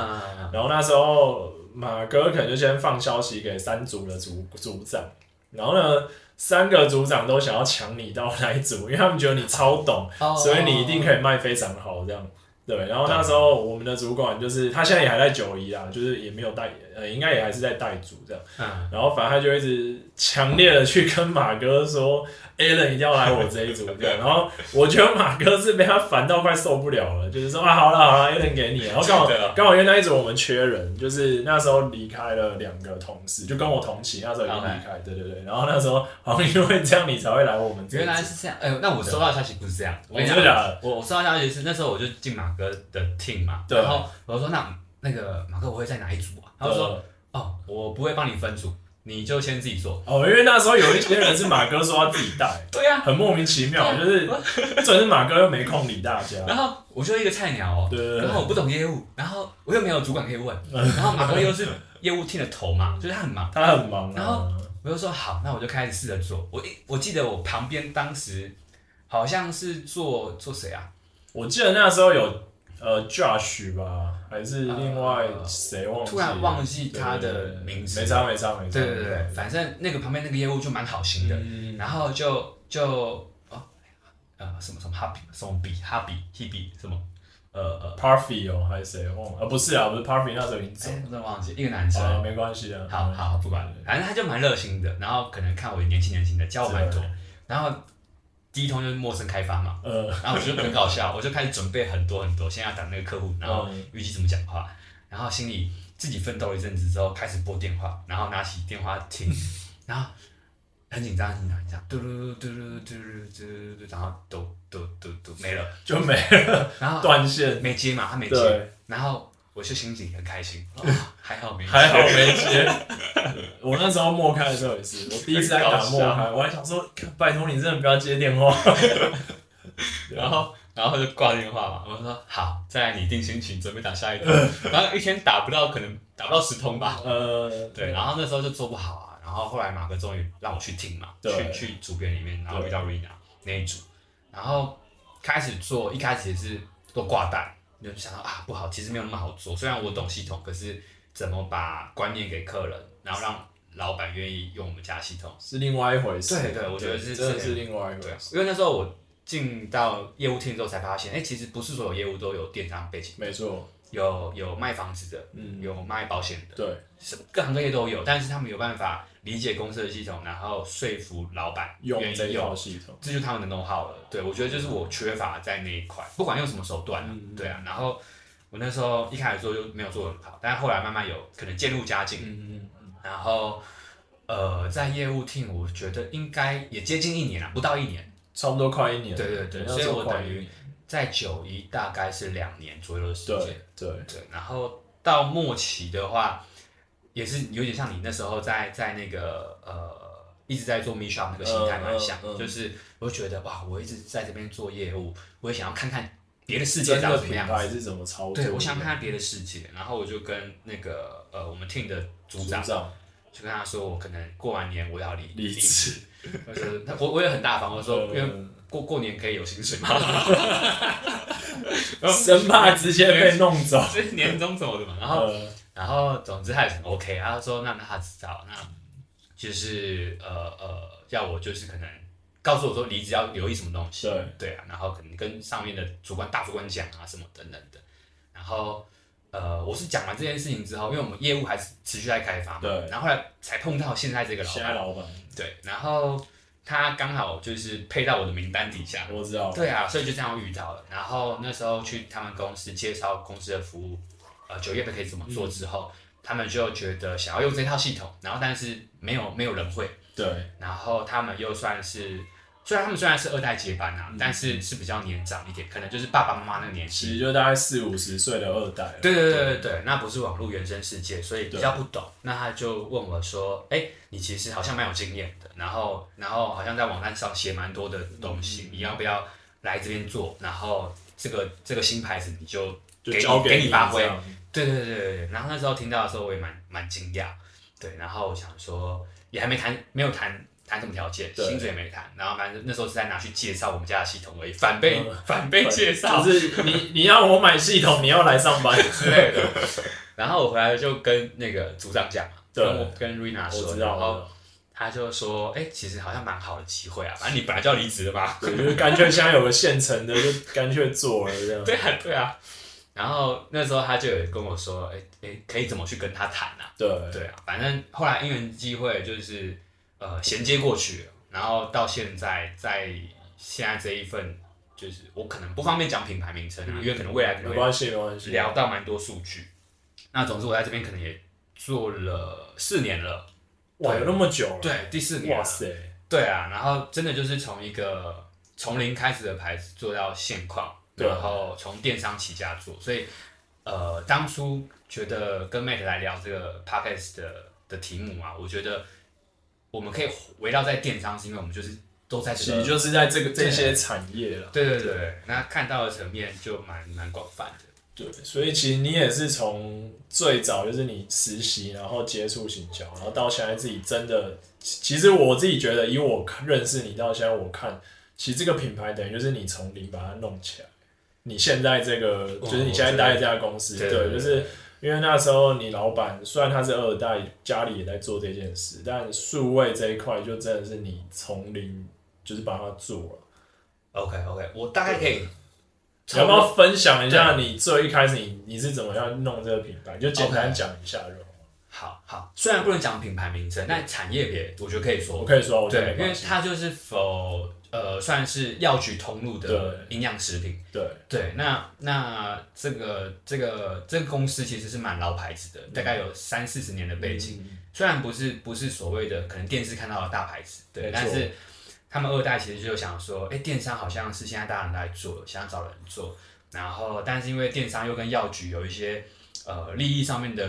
Speaker 3: 然后那时候马哥可能就先放消息给三组的组组长，然后呢，三个组长都想要抢你到那一组，因为他们觉得你超懂，
Speaker 2: 哦
Speaker 3: 所以你一定可以卖非常好这样。对，然后那时候我们的主管就是他现在也还在九一啦，就是也没有带，呃，应该也还是在带组这样。
Speaker 2: 嗯，
Speaker 3: 然后反正他就一直强烈的去跟马哥说 a l a n 一定要来我这一组这样。 然后我觉得马哥是被他烦到快受不了了，就是说啊，好了好了 a l a n 给你。 然后刚好
Speaker 2: 记得了
Speaker 3: 刚好因为那一组我们缺人，就是那时候离开了两个同事，就跟我同期，那时候已经离
Speaker 2: 啊
Speaker 3: 开，对对对。然后那时候好像因为这样你才会来我们这一
Speaker 2: 原来
Speaker 3: 组，
Speaker 2: 是这样。哎、那我收到消息不是这样，我跟你
Speaker 3: 真
Speaker 2: 讲
Speaker 3: 的，假的？
Speaker 2: 我我收到消息是那时候我就进马哥的 team 嘛，
Speaker 3: 对
Speaker 2: 然后我就说那那个马哥我会在哪一组啊？他就说、哦，我不会帮你分组，你就先自己做。
Speaker 3: 哦，因为那时候有一些人是马哥说要自己带，
Speaker 2: 对啊呀、
Speaker 3: 很莫名其妙，就是准是马哥又没空理大家。
Speaker 2: 然后我就一个菜鸟哦，
Speaker 3: 对对对
Speaker 2: 然后我不懂业务，然后我又没有主管可以问， 然后马哥又是业务 team 的头嘛，就是他很忙，
Speaker 3: 他很忙
Speaker 2: 然后
Speaker 3: 啊，
Speaker 2: 我就说好，那我就开始试着做。我一我记得我旁边当时好像是做做谁啊？
Speaker 3: 我记得那时候有呃 Josh 吧，还是另外谁忘
Speaker 2: 呃
Speaker 3: 记了？
Speaker 2: 突然忘记他的名字
Speaker 3: 没差没差没差。
Speaker 2: 对对对对，反正那个旁边那个业务就蛮好心的，
Speaker 3: 嗯
Speaker 2: 然后就就哦，呃什么什么哈比什么比哈比 Hebe 什么呃呃，
Speaker 3: ，Parfy 哦，还是谁忘了？呃，不是啊，不是 Parfy，那时候已经走
Speaker 2: 哎、我真的忘记一个男生。
Speaker 3: 啊，没关系啊。
Speaker 2: 好好不管了，反正他就蛮热心的，然后可能看我年轻年轻的，教我蛮多。然后第一通就是陌生开发嘛，
Speaker 3: 呃，
Speaker 2: 然后我觉得很搞笑，我就开始准备很多很多，先要打那个客户，然后
Speaker 3: 嗯
Speaker 2: 预计怎么讲话，然后心里自己奋斗一阵子之后，开始拨电话，然后拿起电话听，然后很紧张，很紧张，很紧张，嘟噜嘟噜嘟噜嘟噜嘟噜，然后嘟嘟嘟嘟没了，
Speaker 3: 就没了，
Speaker 2: 然后
Speaker 3: 断线。
Speaker 2: 没接嘛，他没接，
Speaker 3: 对，
Speaker 2: 然后我就心里很开 心，哦还好没接，
Speaker 3: 还好没接。 我那时候默开的时候也是，我第一次在打
Speaker 2: 很
Speaker 3: 默
Speaker 2: 搞
Speaker 3: 开，我还想说，干拜托你真的不要接电 话。
Speaker 2: 然后然后就挂电话嘛，我就说好，再来拟定心情，准备打下 一通，然后一天打不到，可能打不到十通吧。
Speaker 3: 呃，
Speaker 2: 对，然后那时候就做不好啊，然后后来马哥终于让我去听嘛，
Speaker 3: 对
Speaker 2: 去去组别里面，然后
Speaker 3: 对
Speaker 2: 遇到 Rina 那一组，然后开始做，一开始也是都挂带，就想到啊不好，其实没有那么好做，虽然我懂系统，可是怎么把观念给客人，然后让老板愿意用我们家系统？
Speaker 3: 是另外一回事。
Speaker 2: 对对我觉得是
Speaker 3: 真的
Speaker 2: 是
Speaker 3: 是另外一回
Speaker 2: 对啊
Speaker 3: 事。，
Speaker 2: 因为那时候我进到业务厅之后才发现，哎，其实不是所有业务都有电商背景，
Speaker 3: 没错，
Speaker 2: 有有卖房子的，
Speaker 3: 嗯，
Speaker 2: 有卖保险的。
Speaker 3: 对，
Speaker 2: 什么各行各业都有，但是他们有办法理解公司的系统，然后说服老板
Speaker 3: 用
Speaker 2: 愿
Speaker 3: 这
Speaker 2: 意
Speaker 3: 一
Speaker 2: 用
Speaker 3: 套，系统。
Speaker 2: 这就是他们的 know how 了。对，我觉得就是我缺乏在那一块，不管用什么手段、啊
Speaker 3: 嗯
Speaker 2: 对啊。然后我那时候一开始做就没有做得很好，但是后来慢慢有可能渐入佳境，
Speaker 3: 嗯嗯
Speaker 2: 然后呃，在业务 team 我觉得应该也接近一年了，不到一年，
Speaker 3: 差不多快一年了。
Speaker 2: 对对对
Speaker 3: 那
Speaker 2: 所以
Speaker 3: 时候
Speaker 2: 我
Speaker 3: 快
Speaker 2: 等
Speaker 3: 一
Speaker 2: 于
Speaker 3: 年
Speaker 2: 在九一大概是两年左右的时间。
Speaker 3: 对对，
Speaker 2: 对，然后到末期的话，也是有点像你那时候在在那个呃一直在做 m i s h o p 那个心态蛮像，
Speaker 3: 嗯嗯嗯
Speaker 2: 就是我就觉得哇，我一直在这边做业务，我也想要看看别的世界
Speaker 3: 真
Speaker 2: 长
Speaker 3: 的
Speaker 2: 什么
Speaker 3: 品
Speaker 2: 样
Speaker 3: 牌
Speaker 2: 子。
Speaker 3: 是怎么操作的？
Speaker 2: 对，我想看看别的世界，然后我就跟那个呃我们 team 的组
Speaker 3: 组
Speaker 2: 长
Speaker 3: 长
Speaker 2: 就跟他说，我可能过完年我要离
Speaker 3: 离，职，
Speaker 2: 我就他我我也很大方，我说因为
Speaker 3: 嗯
Speaker 2: 过过年可以有薪水嘛，
Speaker 3: 生怕直接被弄走。
Speaker 2: 就是年终什么的嘛，然后
Speaker 3: 呃，
Speaker 2: 然后总之他也很 OK，然后他说那那他知道，那就是呃呃，要我就是可能告诉我说离职要留意什么东西，
Speaker 3: 对
Speaker 2: 对啊，然后可能跟上面的主管大主管讲啊什么等等的，然后呃我是讲完这件事情之后，因为我们业务还是持续在开发嘛，
Speaker 3: 对
Speaker 2: 然后后来才碰到现在这个老
Speaker 3: 现在
Speaker 2: 板，
Speaker 3: 老板
Speaker 2: 对，然后他刚好就是配到我的名单底下，
Speaker 3: 我知道，
Speaker 2: 对啊，所以就这样遇到了。然后那时候去他们公司介绍公司的服务，呃，九月份可以怎么做之后，他们就觉得想要用这套系统，然后但是没有没有人会，
Speaker 3: 对
Speaker 2: 然后他们又算是。虽然他们虽然是二代接班啊，但是是比较年长一点，可能就是爸爸妈妈那个年
Speaker 3: 其实
Speaker 2: 纪。
Speaker 3: 就大概四五十岁的二代了。
Speaker 2: 对对对对对，那不是网络原生世界，所以比较不懂。那他就问我说：“哎、你其实好像蛮有经验的，然后然后好像在网站上写蛮多的东西，你要不要来这边做？然后这个这个新牌子你就
Speaker 3: 就
Speaker 2: 给你
Speaker 3: 交
Speaker 2: 给
Speaker 3: 你
Speaker 2: 你发挥
Speaker 3: 这样
Speaker 2: 对对对对对。然后那时候听到的时候，我也蛮蛮惊讶，对。然后我想说，也还没谈，没有谈谈什么条件，
Speaker 3: 对
Speaker 2: 薪水也没谈。然后反正那时候是在拿去介绍我们家的系统而已，反
Speaker 3: 嗯
Speaker 2: 被、反 被介绍
Speaker 3: 就是你你要我买系统，你要来 上班。
Speaker 2: 之类的。然后我回来就跟那个组长讲嘛，
Speaker 3: 对
Speaker 2: 跟我跟 Rina
Speaker 3: 我
Speaker 2: 说，
Speaker 3: 知
Speaker 2: 然
Speaker 3: 道
Speaker 2: 后
Speaker 3: 了，
Speaker 2: 他就说，哎、其实好像蛮好的机会啊，反正你本来就要离职的嘛。
Speaker 3: 对，就是干脆现在有个现成的，就干脆做了这样。
Speaker 2: 对啊，对啊。然后那时候他就有跟我说，哎、哎、可以怎么去跟他谈啊？
Speaker 3: 对
Speaker 2: 对啊，反正后来因缘机会就是呃衔接过去了，然后到现在在现在这一份，就是我可能不方便讲品牌名称
Speaker 3: 嗯
Speaker 2: 啊，因为可能未来可能
Speaker 3: 没
Speaker 2: 会
Speaker 3: 关系没关系。
Speaker 2: 聊到蛮多数据。那总之我在这边可能也做了四年了，
Speaker 3: 哇，有那么久了，
Speaker 2: 对，第四年了
Speaker 3: 哇，塞，
Speaker 2: 对啊，然后真的就是从一个从零开始的牌子做到现况，
Speaker 3: 对
Speaker 2: 然后从电商起家做，所以呃，当初觉得跟 Mate 来聊这个 podcast 的的题目啊，我觉得我们可以围绕在电商，是因为我们就是都在这
Speaker 3: 其实
Speaker 2: 个，
Speaker 3: 就是在这个
Speaker 2: 对
Speaker 3: 这些产业了。
Speaker 2: 对对对对，那看到的层面就蛮蛮广泛的。
Speaker 3: 对，所以其实你也是从最早就是你实习，然后接触行销，然后到现在自己真的，其实我自己觉得，以我看认识你到现在，我看其实这个品牌等于就是你从零把它弄起来。你现在这个
Speaker 2: 哦
Speaker 3: 就是你现在待的这家公司，
Speaker 2: 对
Speaker 3: 对，就是因为那时候你老板虽然他是二代，家里也在做这件事，但数位这一块就真的是你从零就是把它做了。
Speaker 2: OK OK，我大概可以
Speaker 3: 你要不要分享一下你最一开始你你是怎么样弄这个品牌？就简单
Speaker 2: OK
Speaker 3: 讲一下就好。
Speaker 2: 好好，虽然不能讲品牌名称，但产业别我觉得可以说
Speaker 3: 我。可以说，我觉得
Speaker 2: 对
Speaker 3: 没，
Speaker 2: 因为
Speaker 3: 关系。
Speaker 2: 它就是否呃算是药局通路的营养食品。
Speaker 3: 对，
Speaker 2: 对，那那这个这个这个公司其实是蛮老牌子的，
Speaker 3: 嗯
Speaker 2: 大概有三四十年的背景。虽然不是不是所谓的可能电视看到的大牌子，对
Speaker 3: 没，错
Speaker 2: 但是他们二代其实就想说，哎、电商好像是现在大家都在做，想要找人做，然后但是因为电商又跟药局有一些呃利益上面的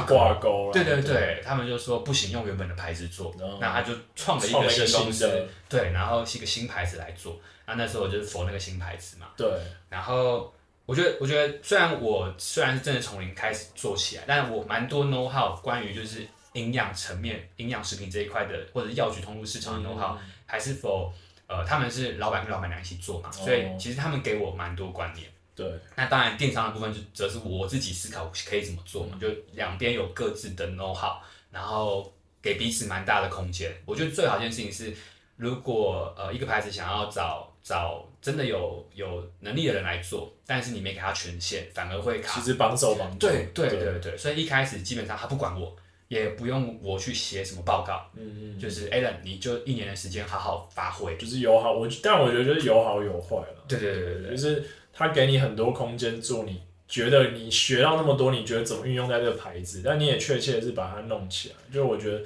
Speaker 2: 瓜葛
Speaker 3: 挂钩啦。
Speaker 2: 对对，对，他们就说不行，用原本的牌子做，
Speaker 3: 哦
Speaker 2: 那他就创了一
Speaker 3: 创
Speaker 2: 个
Speaker 3: 了一个
Speaker 2: 新公
Speaker 3: 新的
Speaker 2: 司，对，然后是一个新牌子来做。那那时候我就是佛那个新牌子嘛，
Speaker 3: 对，
Speaker 2: 然后我觉得，我觉得虽然我虽然是真的从零开始做起来，但我蛮多 know how 关于就是营养层面、营养食品这一块的，或者是药局通路市
Speaker 3: 嗯
Speaker 2: 场的 know how，、还是否呃他们是老板跟老板娘一起做嘛，所以
Speaker 3: 哦
Speaker 2: 其实他们给我蛮多观念。
Speaker 3: 对，
Speaker 2: 那当然，电商的部分就则是我自己思考可以怎么做嘛，就两边有各自的 know how，然后给彼此蛮大的空间。我觉得最好一件事情是，如果呃一个牌子想要找找真的有有能力的人来做，但是你没给他权限，反而会卡
Speaker 3: 其。实绑手绑脚。
Speaker 2: 对对
Speaker 3: 对
Speaker 2: 对对，所以一开始基本上他不管我，也不用我去写什么报告，
Speaker 3: 嗯嗯，
Speaker 2: 就是 Alan，你就一年的时间好好发挥。
Speaker 3: 就是有好，我但我觉得就是有好有坏了。
Speaker 2: 对对对对对
Speaker 3: 就。是他给你很多空间做你。觉得你学到那么多，你觉得怎么运用在这个牌子？但你也确切是把它弄起来。就是我觉得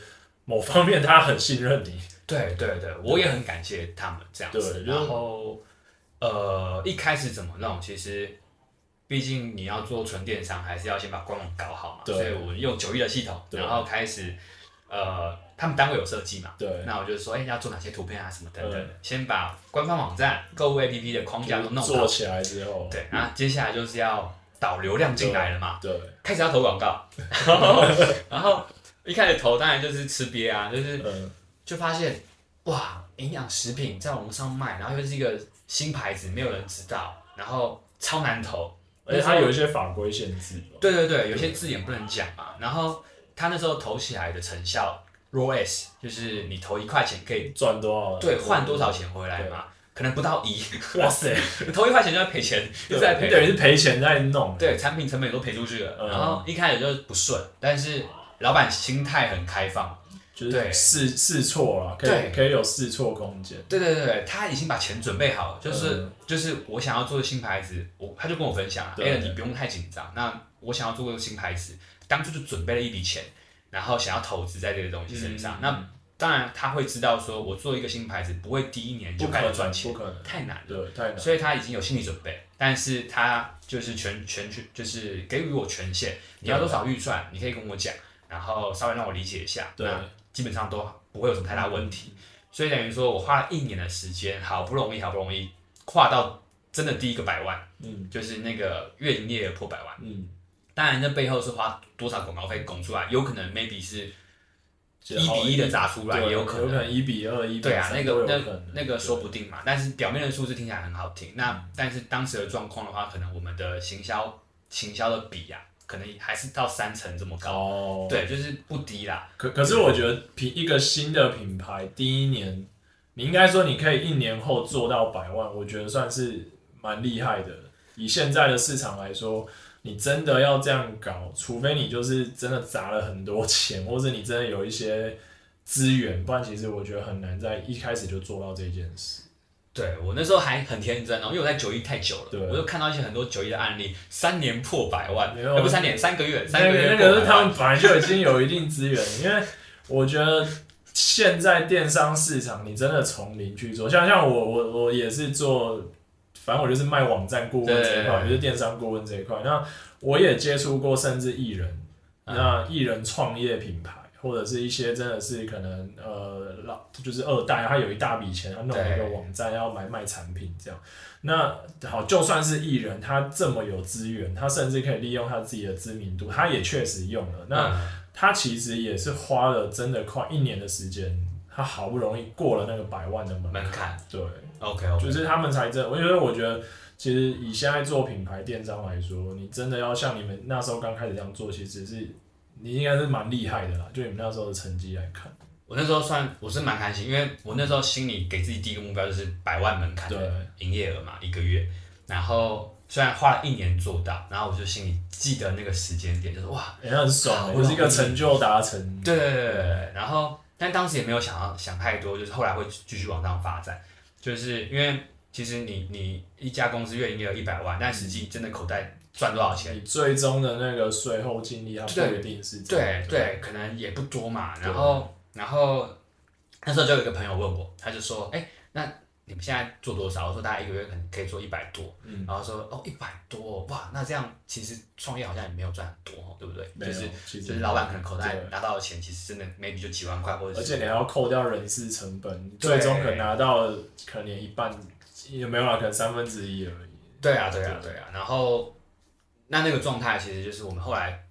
Speaker 3: 某方面他很信任你，
Speaker 2: 对对对，我也很感谢他们这样子。
Speaker 3: 对
Speaker 2: 然后，呃，一开始怎么弄？其实，毕竟你要做纯电商，还是要先把官网搞好嘛。
Speaker 3: 对
Speaker 2: 所以我用九一的系统，
Speaker 3: 对
Speaker 2: 然后开始，呃，他们单位有设计嘛。
Speaker 3: 对，
Speaker 2: 那我就说，哎、要做哪些图片啊，什么等等的，
Speaker 3: 嗯
Speaker 2: 先把官方网站、购物 APP 的框架都弄
Speaker 3: 做
Speaker 2: 好。
Speaker 3: 起来之后，
Speaker 2: 对，然后接下来就是要导流量进来了嘛。
Speaker 3: 对，
Speaker 2: 开始要投广告， 然后，然后一开始投当然就是吃瘪啊，就是
Speaker 3: 嗯，
Speaker 2: 就发现哇，营养食品在网络上卖，然后又是一个新牌子，没有人知道，然后超难投。
Speaker 3: 而且它有一些法规限制嘛，
Speaker 2: 对对对，有些字眼不能讲嘛。然后他那时候投起来的成效 ROAS，就是你投一块钱可以
Speaker 3: 赚多少？
Speaker 2: 对换多少钱回来嘛，可能不到一，
Speaker 3: 哇塞，
Speaker 2: 你投一块钱就要赔钱，一
Speaker 3: 对
Speaker 2: 直在
Speaker 3: 你
Speaker 2: 赔。
Speaker 3: 等于是赔钱在弄。
Speaker 2: 对，产品成本也都赔出去了。
Speaker 3: 嗯
Speaker 2: 然后一开始就不顺，但是老板心态很开放，
Speaker 3: 就是
Speaker 2: 对
Speaker 3: 试试错啊啦，可以
Speaker 2: 对
Speaker 3: 可以有试错空间。
Speaker 2: 对对对对，他已经把钱准备好了，就是、
Speaker 3: 嗯
Speaker 2: 就是我想要做的新牌子，我他就跟我分享啊，哎、
Speaker 3: 对
Speaker 2: 你不用太紧张。那我想要做个新牌子，当初就准备了一笔钱，然后想要投资在这个东西身上。啊
Speaker 3: 嗯
Speaker 2: 那当然他会知道说，我做一个新牌子不会第一年就
Speaker 3: 不可
Speaker 2: 开
Speaker 3: 能
Speaker 2: 始赚钱
Speaker 3: 不可能，
Speaker 2: 太难了。
Speaker 3: 对，太难。
Speaker 2: 所以他已经有心理准备，但是他就是全全权，就是给予我权限，你要多少预算，你可以跟我讲，然后稍微让我理解一下。
Speaker 3: 对，
Speaker 2: 那基本上都不会有什么太大问题。所以等于说我花了一年的时间，好不容易好不容易跨到真的第一个百万，
Speaker 3: 嗯
Speaker 2: 就是那个月营业额破百万。
Speaker 3: 嗯，
Speaker 2: 当然，这背后是花多少广告费拱出来，有可能 maybe 是
Speaker 3: 嗯就是
Speaker 2: 一
Speaker 3: 好
Speaker 2: 比一的砸出来，
Speaker 3: 对啊
Speaker 2: 也
Speaker 3: 有
Speaker 2: 可
Speaker 3: 能
Speaker 2: 能。
Speaker 3: 一比二、一比
Speaker 2: 对啊，
Speaker 3: 三
Speaker 2: 那
Speaker 3: 都
Speaker 2: 个
Speaker 3: 有可
Speaker 2: 那
Speaker 3: 能
Speaker 2: 那个说不定嘛，但是表面的数字听起来很好听。那但是当时的状况的话，可能我们的行销行销的比啊，可能还是到三成这么
Speaker 3: 对
Speaker 2: 高。
Speaker 3: 哦，
Speaker 2: 对，就是不低啦。
Speaker 3: 可可是我觉得品一个新的品牌第一年，你应该说你可以一年后做到百万，我觉得算是蛮厉害的。以现在的市场来说，你真的要这样搞，除非你就是真的砸了很多钱，或者你真的有一些资源，不然其实我觉得很难在一开始就做到这件事。
Speaker 2: 对我那时候还很天真哦，因为我在九一太久了
Speaker 3: 对，
Speaker 2: 我就看到一些很多九一的案例，三年破百万，
Speaker 3: 没有
Speaker 2: 呃不三年，三个月，三
Speaker 3: 那
Speaker 2: 个
Speaker 3: 个
Speaker 2: 月
Speaker 3: 那个
Speaker 2: 破
Speaker 3: 是
Speaker 2: 百
Speaker 3: 他
Speaker 2: 万
Speaker 3: 们。本来就已经有一定资源，因为我觉得现在电商市场你真的从零去做，像像我我我也是做，反正我就是卖网站顾问这一块，
Speaker 2: 对
Speaker 3: 就是电商顾问这一块。那我也接触过，甚至艺人，
Speaker 2: 嗯
Speaker 3: 那艺人创业品牌。或者是一些真的是可能呃老就是二代，他有一大笔钱，他弄了一个
Speaker 2: 对
Speaker 3: 网站要买卖产品这样。那好，就算是艺人，他这么有资源，他甚至可以利用他自己的知名度，他也确实用了。那
Speaker 2: 嗯
Speaker 3: 他其实也是花了真的快一年的时间，他好不容易过了那个百万的门槛。
Speaker 2: 嗯门槛
Speaker 3: 对，
Speaker 2: ，OK OK，
Speaker 3: 就是他们才真，因为我觉得其实以现在做品牌电商来说，你真的要像你们那时候刚开始这样做，其实是你应该是蛮厉害的啦，就你们那时候的成绩来看。
Speaker 2: 我那时候算我是蛮开心，因为我那时候心里给自己第一个目标就是百万门槛
Speaker 3: 对
Speaker 2: 的营业额嘛，一个月。然后虽然花了一年做到，然后我就心里记得那个时间点，就是哇，
Speaker 3: 也、很爽、
Speaker 2: 好
Speaker 3: 欸，就是一个成就达成。
Speaker 2: 对对对对对。然后但当时也没有想要想太多，就是后来会继续往上发展，就是因为其实你你一家公司月营业额一百万，但实际真的口袋赚多少钱？
Speaker 3: 你最终的那个税后净利，它不
Speaker 2: 对
Speaker 3: 一定是这
Speaker 2: 对
Speaker 3: 样
Speaker 2: 对，可能也不多嘛。然后然后那时候就有一个朋友问我，他就说：“哎、那你们现在做多少？”我说：“大概一个月可能可以做一百多。”
Speaker 3: 嗯
Speaker 2: 然后说：“哦，一百多，哇，那这样其实创业好像也没有赚很多哦，对不对？
Speaker 3: 没有
Speaker 2: 就是
Speaker 3: 其实
Speaker 2: 就是老板可能口袋
Speaker 3: 对
Speaker 2: 拿到的钱，其实真的 maybe 就几万块，或者
Speaker 3: 而
Speaker 2: 是
Speaker 3: 且你还要扣掉人事成本，
Speaker 2: 对
Speaker 3: 最终可能拿到可能连一半也没有啦，可能三分之一而已。
Speaker 2: 对啊，对啊，对啊。然后，那那个状态其实就是我们后来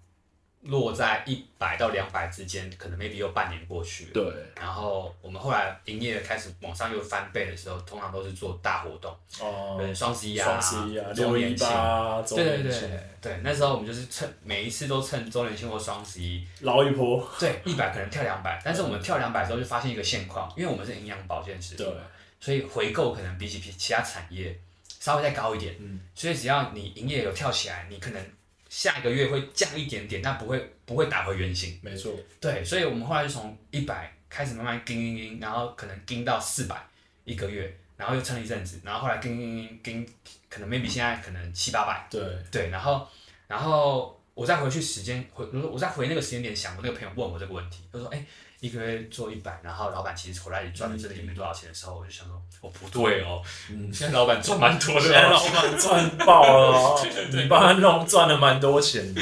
Speaker 2: 落在一百到两百之间，可能 maybe 又半年过去了。
Speaker 3: 对，
Speaker 2: 然后我们后来营业开始往上又翻倍的时候，通常都是做大活动，
Speaker 3: 哦、
Speaker 2: 嗯，双十一啊，
Speaker 3: 双十一啊，
Speaker 2: 周
Speaker 3: 六一
Speaker 2: 年庆，
Speaker 3: 八，周
Speaker 2: 对对
Speaker 3: 年
Speaker 2: 对
Speaker 3: 庆
Speaker 2: 对，对，那时候我们就是趁每一次都趁周年庆或双十一，
Speaker 3: 捞一波。
Speaker 2: 对，一百可能跳两百，但是我们跳两百之后就发现一个现况，因为我们是营养保健食品
Speaker 3: 对，
Speaker 2: 所以回购可能比起其其他产业稍微再高一点，
Speaker 3: 嗯
Speaker 2: 所以只要你营业有跳起来，你可能下一个月会降一点点，但不会不会打回原形。
Speaker 3: 没错，
Speaker 2: 对，所以我们后来就从一百开始慢慢盯盯盯，然后可能盯到四百一个月，然后又撑了一阵子，然后后来盯盯盯盯，可能 maybe 现在可能七八百，
Speaker 3: 对，
Speaker 2: 对，然后然后我再回去时间回，我再回那个时间点想，我那个朋友问我这个问题，他说：“哎、一个月做一百，然后老板其实口袋里赚的真的也没多少钱的时候，我就想说，哦，不对哦，
Speaker 3: 嗯，
Speaker 2: 现在老板赚蛮 多
Speaker 3: 现
Speaker 2: 的、
Speaker 3: 在
Speaker 2: 哦。”
Speaker 3: 老板赚爆了哦
Speaker 2: 对对，对
Speaker 3: 你帮他弄赚了蛮多钱的。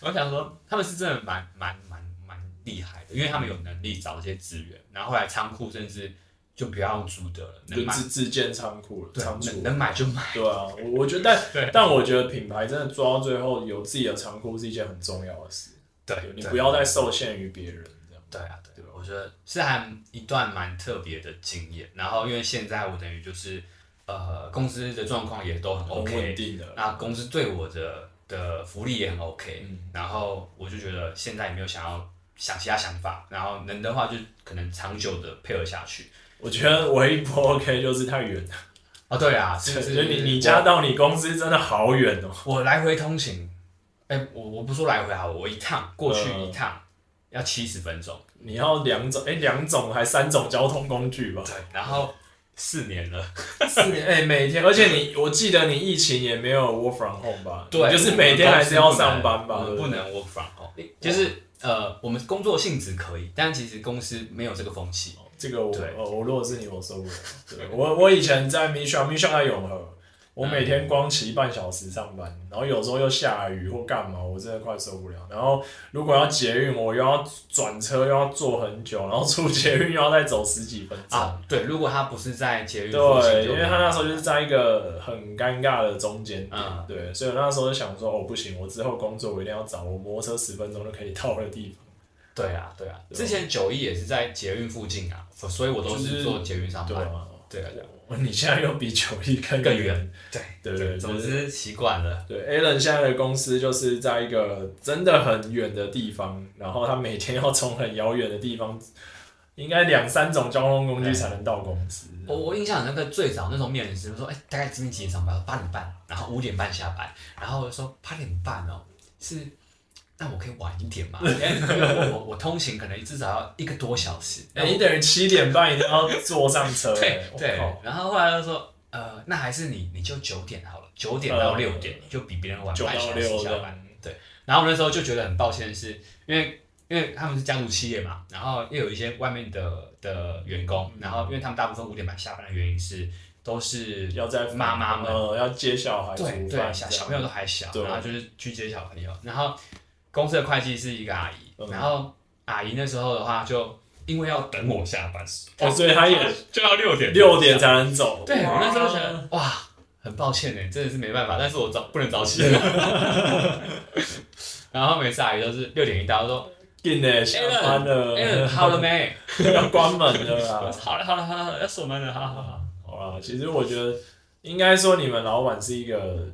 Speaker 2: 我想说，他们是真的蛮蛮蛮蛮厉害的，因为他们有能力找这些资源，然后后来仓库甚至就不要用租的了，能
Speaker 3: 就
Speaker 2: 买
Speaker 3: 自自建仓库了，
Speaker 2: 对
Speaker 3: 仓储
Speaker 2: 能。能买就买，
Speaker 3: 对啊，我我觉得，但
Speaker 2: 对
Speaker 3: 但我觉得品牌真的做到最后有自己的仓库是一件很重要的事，
Speaker 2: 对
Speaker 3: 你
Speaker 2: 对
Speaker 3: 不要再受限于别人这样。
Speaker 2: 对啊对啊，我觉得是还一段蛮特别的经验。然后因为现在我等于就是呃公司的状况也都很
Speaker 3: 很稳
Speaker 2: OK，
Speaker 3: 定的，
Speaker 2: 那公司对我的的福利也很 OK，、
Speaker 3: 嗯
Speaker 2: 然后我就觉得现在也没有想要想其他想法，然后能的话就可能长久的配合下去。
Speaker 3: 我觉得唯一不 OK 就是太 远了，
Speaker 2: 哦，对啊，
Speaker 3: 就是
Speaker 2: 是
Speaker 3: 是你你
Speaker 2: 我
Speaker 3: 家到你公司真的好远哦、
Speaker 2: 我来回通勤，哎、我我不说来回好，我一趟过去
Speaker 3: 嗯
Speaker 2: 一趟、要七十分钟，
Speaker 3: 你要两种哎，两、种还三种交通工具吧
Speaker 2: 对，，然后四年了，
Speaker 3: 四年哎、每天，而且你我记得你疫情也没有 work from home 吧，
Speaker 2: 对，
Speaker 3: 你就是每天还是要上班
Speaker 2: 我
Speaker 3: 吧，
Speaker 2: 们
Speaker 3: 对
Speaker 2: 不
Speaker 3: 对
Speaker 2: 能 work from home，就是呃，我们工作性质可以，但其实公司没有这个风气，
Speaker 3: 这个我
Speaker 2: 对
Speaker 3: 呃我如果是你，我受不了。对我我以前在 Mission Mission 在永和，我每天光骑半小时上班，然后有时候又下雨或干嘛，我真的快受不了。然后如果要捷运，我又要转车，又要坐很久，然后出捷运又要再走十几分钟。
Speaker 2: 啊，对，如果他不是在捷运附近
Speaker 3: 对，
Speaker 2: 就
Speaker 3: 因为他那时候就是在一个很尴尬的中间点，
Speaker 2: 嗯
Speaker 3: 对，所以我那时候就想说，哦，不行，我之后工作我一定要找我摩托车十分钟就可以到的地方。
Speaker 2: 对啊，对啊，之前九一也是在捷运附近啊，所以我都
Speaker 3: 就是
Speaker 2: 是坐捷运上
Speaker 3: 对
Speaker 2: 班，
Speaker 3: 啊，
Speaker 2: 对啊，对啊，
Speaker 3: 你现在又比九一更
Speaker 2: 更远。对
Speaker 3: 对对对
Speaker 2: 总之习惯了。
Speaker 3: 对，Alan 现在的公司就是在一个真的很远的地方，然后他每天要从很遥远的地方应该两三种交通工具才能到公司。
Speaker 2: 我我印象很深刻，最早那时候面试，我说哎、大概今天几点上班？八点半，然后五点半下班，然后我就说八点半哦，是，那我可以晚一点 嘛？因为因为我我我通勤可能至少要一个多小时，
Speaker 3: 哎、你等于七点半一定要坐上车、
Speaker 2: 对
Speaker 3: 哎我
Speaker 2: 对
Speaker 3: 靠，
Speaker 2: 然后后来就说，呃，那还是你你就九点好了，九点到六点、你就比别人晚
Speaker 3: 呃九
Speaker 2: 半小
Speaker 3: 到
Speaker 2: 时
Speaker 3: 六
Speaker 2: 下
Speaker 3: 这
Speaker 2: 班
Speaker 3: 样。
Speaker 2: 对，然后我那时候就觉得很抱歉的是，因为因为他们是家族企业嘛，然后又有一些外面的的员工，
Speaker 3: 嗯
Speaker 2: 然后因为他们大部分五点半下班的原因是都是
Speaker 3: 要在
Speaker 2: 妈妈们
Speaker 3: 呃要接小孩煮
Speaker 2: 对
Speaker 3: 饭
Speaker 2: 对
Speaker 3: 这样，
Speaker 2: 小小朋友都还小，
Speaker 3: 对
Speaker 2: 然后就是去接小朋友，然后公司的会计是一个阿姨，
Speaker 3: 嗯
Speaker 2: 然后阿姨那时候的话就因为要等我下班，
Speaker 3: 哦所以她也
Speaker 2: 就要六点
Speaker 3: 六点才能走。
Speaker 2: 对，我
Speaker 3: 哇
Speaker 2: 那时候想，哇，很抱歉呢，真的是没办法，但是我早不能早 起。然后每次阿姨都是六点一到，她说
Speaker 3: 进嘞，下班：“了，
Speaker 2: 哎、好了没？
Speaker 3: 要关门嗯了
Speaker 2: 我说。
Speaker 3: 啦
Speaker 2: 好了，好了，好了，好了要锁门了，好好好。
Speaker 3: 好啦，其实我觉得应该说你们老板是一个，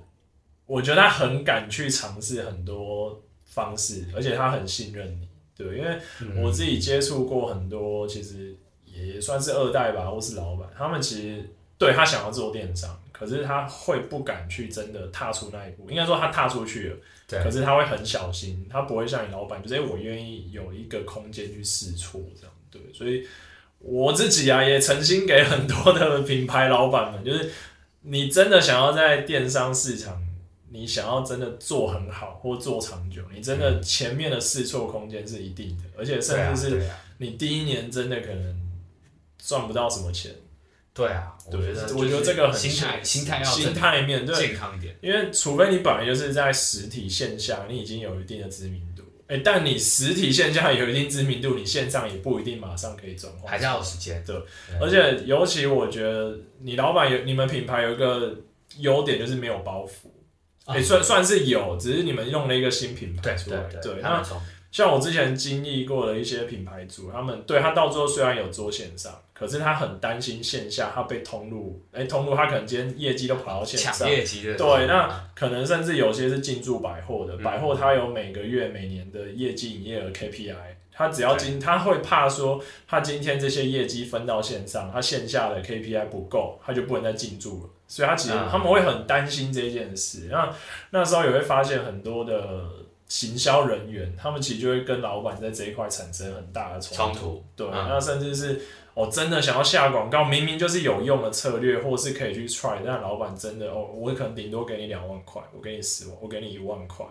Speaker 3: 我觉得他很敢去尝试很多方式，而且他很信任你。对，因为
Speaker 2: 嗯
Speaker 3: 我自己接触过很多，其实也算是二代吧，或是老板，他们其实对他想要做电商，可是他会不敢去真的踏出那一步。应该说他踏出去了，
Speaker 2: 对
Speaker 3: 可是他会很小心，他不会像你老板，就是哎、诶我愿意有一个空间去试错这样。对，所以我自己啊，也诚心给很多的品牌老板们，就是你真的想要在电商市场，你想要真的做很好或做长久，你真的前面的试错空间是一定的，而且
Speaker 2: 嗯对啊
Speaker 3: 甚至是
Speaker 2: 对啊
Speaker 3: 你第一年真的可能赚不到什么钱。
Speaker 2: 对啊，我
Speaker 3: 对
Speaker 2: 觉得，
Speaker 3: 我
Speaker 2: 就
Speaker 3: 觉得
Speaker 2: 是
Speaker 3: 这个很
Speaker 2: 心态，
Speaker 3: 现
Speaker 2: 心态要
Speaker 3: 心
Speaker 2: 正
Speaker 3: 态面对，
Speaker 2: 健康一点。
Speaker 3: 因为除非你本来就是在实体线下，你已经有一定的知名度，哎、但你实体线下有一定知名度，你线上也不一定马上可以转
Speaker 2: 还
Speaker 3: 换
Speaker 2: 是。要有时间，
Speaker 3: 而且尤其我觉得你老板有你们品牌有一个优点就是没有包袱，哎、
Speaker 2: 啊
Speaker 3: 算算是有，只是你们用了一个新品牌
Speaker 2: 对
Speaker 3: 出来。
Speaker 2: 对对，
Speaker 3: 那
Speaker 2: 那种
Speaker 3: 像我之前经历过的一些品牌主，他们对他到最后虽然有做线上，可是他很担心线下他被通路，哎、通路他可能今天业绩都跑到线上
Speaker 2: 抢，业绩的，啊嗯
Speaker 3: 对，那可能甚至有些是进驻百货的，百货它有每个月、每年的业绩营业额 KPI，它只要今它会怕说，它今天这些业绩分到线上，它线下的 KPI 不够，它就不能再进驻了。所以它其实
Speaker 2: 啊
Speaker 3: 他们会很担心这件事。那那时候也会发现很多的行销人员，他们其实就会跟老板在这一块产生很大的
Speaker 2: 冲突，
Speaker 3: 对，
Speaker 2: 嗯
Speaker 3: 那甚至是我、哦、真的想要下广告，明明就是有用的策略，或是可以去 try，但老板真的哦，我可能顶多给你两万块，我给你十万，我给你一万块，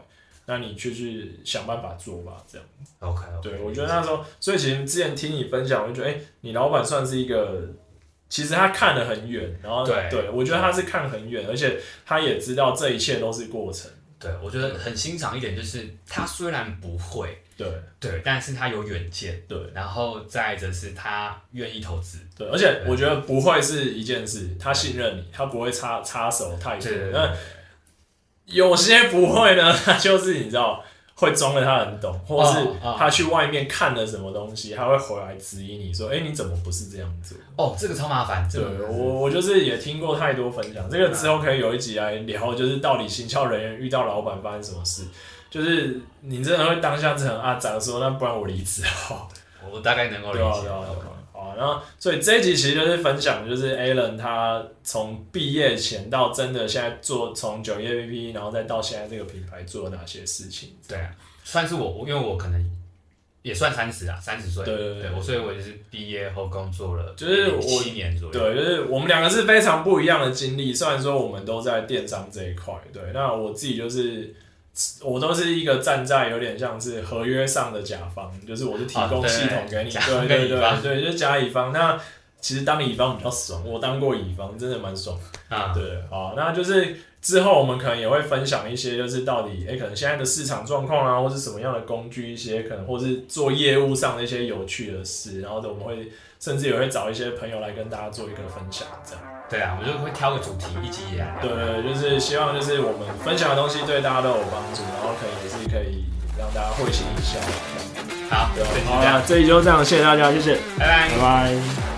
Speaker 3: 那你就去想办法做吧，这样。
Speaker 2: OK，
Speaker 3: 对，我觉得那时候，所以其实之前听你分享，我就觉得，哎、你老板算是一个。其实他看得很远，然后
Speaker 2: 对
Speaker 3: 我觉得他是看很远，而且他也知道这一切都是过程。
Speaker 2: 对我觉得很欣赏一点就是，他虽然不会，
Speaker 3: 对
Speaker 2: 对，但是他有远见，
Speaker 3: 对，
Speaker 2: 然后再者是他愿意投资，
Speaker 3: 对，而且我觉得不会是一件事，他信任你，他不会插插手太多
Speaker 2: 对对。对
Speaker 3: 那有些不会呢， 他就是你知道会装的他很懂，或是
Speaker 2: 哦
Speaker 3: 他去外面看了什么东西，他会回来质疑你说：“哎、你怎么不是这样做
Speaker 2: 哦，这个超麻烦，？”这
Speaker 3: 对
Speaker 2: 个
Speaker 3: 我，我就是也听过太多分享，这
Speaker 2: 啊
Speaker 3: 个之后可以有一集来聊，就是到底行销人员遇到老板发生什么事，就是你真的会当下是很阿杂说，那不然我离职好了。
Speaker 2: 我大概能够理
Speaker 3: 对啊，
Speaker 2: 解
Speaker 3: 对。啊，对啊。好，然后所以这一集其实就是分享，就是 Alan 他从毕业前到真的现在做，从九业 APP，然后 E，再到现在这个品牌做了哪些事情。
Speaker 2: 对啊，算是我，我因为我可能也算三十啊，三十岁，
Speaker 3: 对对对
Speaker 2: 对，我所以我就是毕业后工作了，
Speaker 3: 就是我
Speaker 2: 七年左右，
Speaker 3: 对，就是我们两个是非常不一样的经历。虽然说我们都在电商这一块，对，那我自己就是。我都是一个站在有点像是合约上的甲方，就是我是提
Speaker 2: 啊
Speaker 3: 供
Speaker 2: 对
Speaker 3: 系统给你，
Speaker 2: 甲
Speaker 3: 对
Speaker 2: 方
Speaker 3: 对
Speaker 2: 跟乙
Speaker 3: 对
Speaker 2: 方
Speaker 3: 对，就是甲乙方。那其实当乙方比较爽，我当过乙方，真的蛮爽的
Speaker 2: 啊，
Speaker 3: 对，好，那就是之后我们可能也会分享一些，就是到底诶、可能现在的市场状况啊，或是什么样的工具，一些可能或是做业务上的一些有趣的事，然后我们会甚至也会找一些朋友来跟大家做一个分享，这样。
Speaker 2: 对啊，我就会挑个主题一起演，啊
Speaker 3: 对对，对就是希望就是我们分享的东西对大家都有帮助，然后可能也是可以让大家会心一笑。
Speaker 2: 好，
Speaker 3: 对啊
Speaker 2: 对，就
Speaker 3: 好
Speaker 2: 这样
Speaker 3: 啦，，这一集就这样，谢谢大家，谢谢，
Speaker 2: 拜拜
Speaker 3: 拜。拜。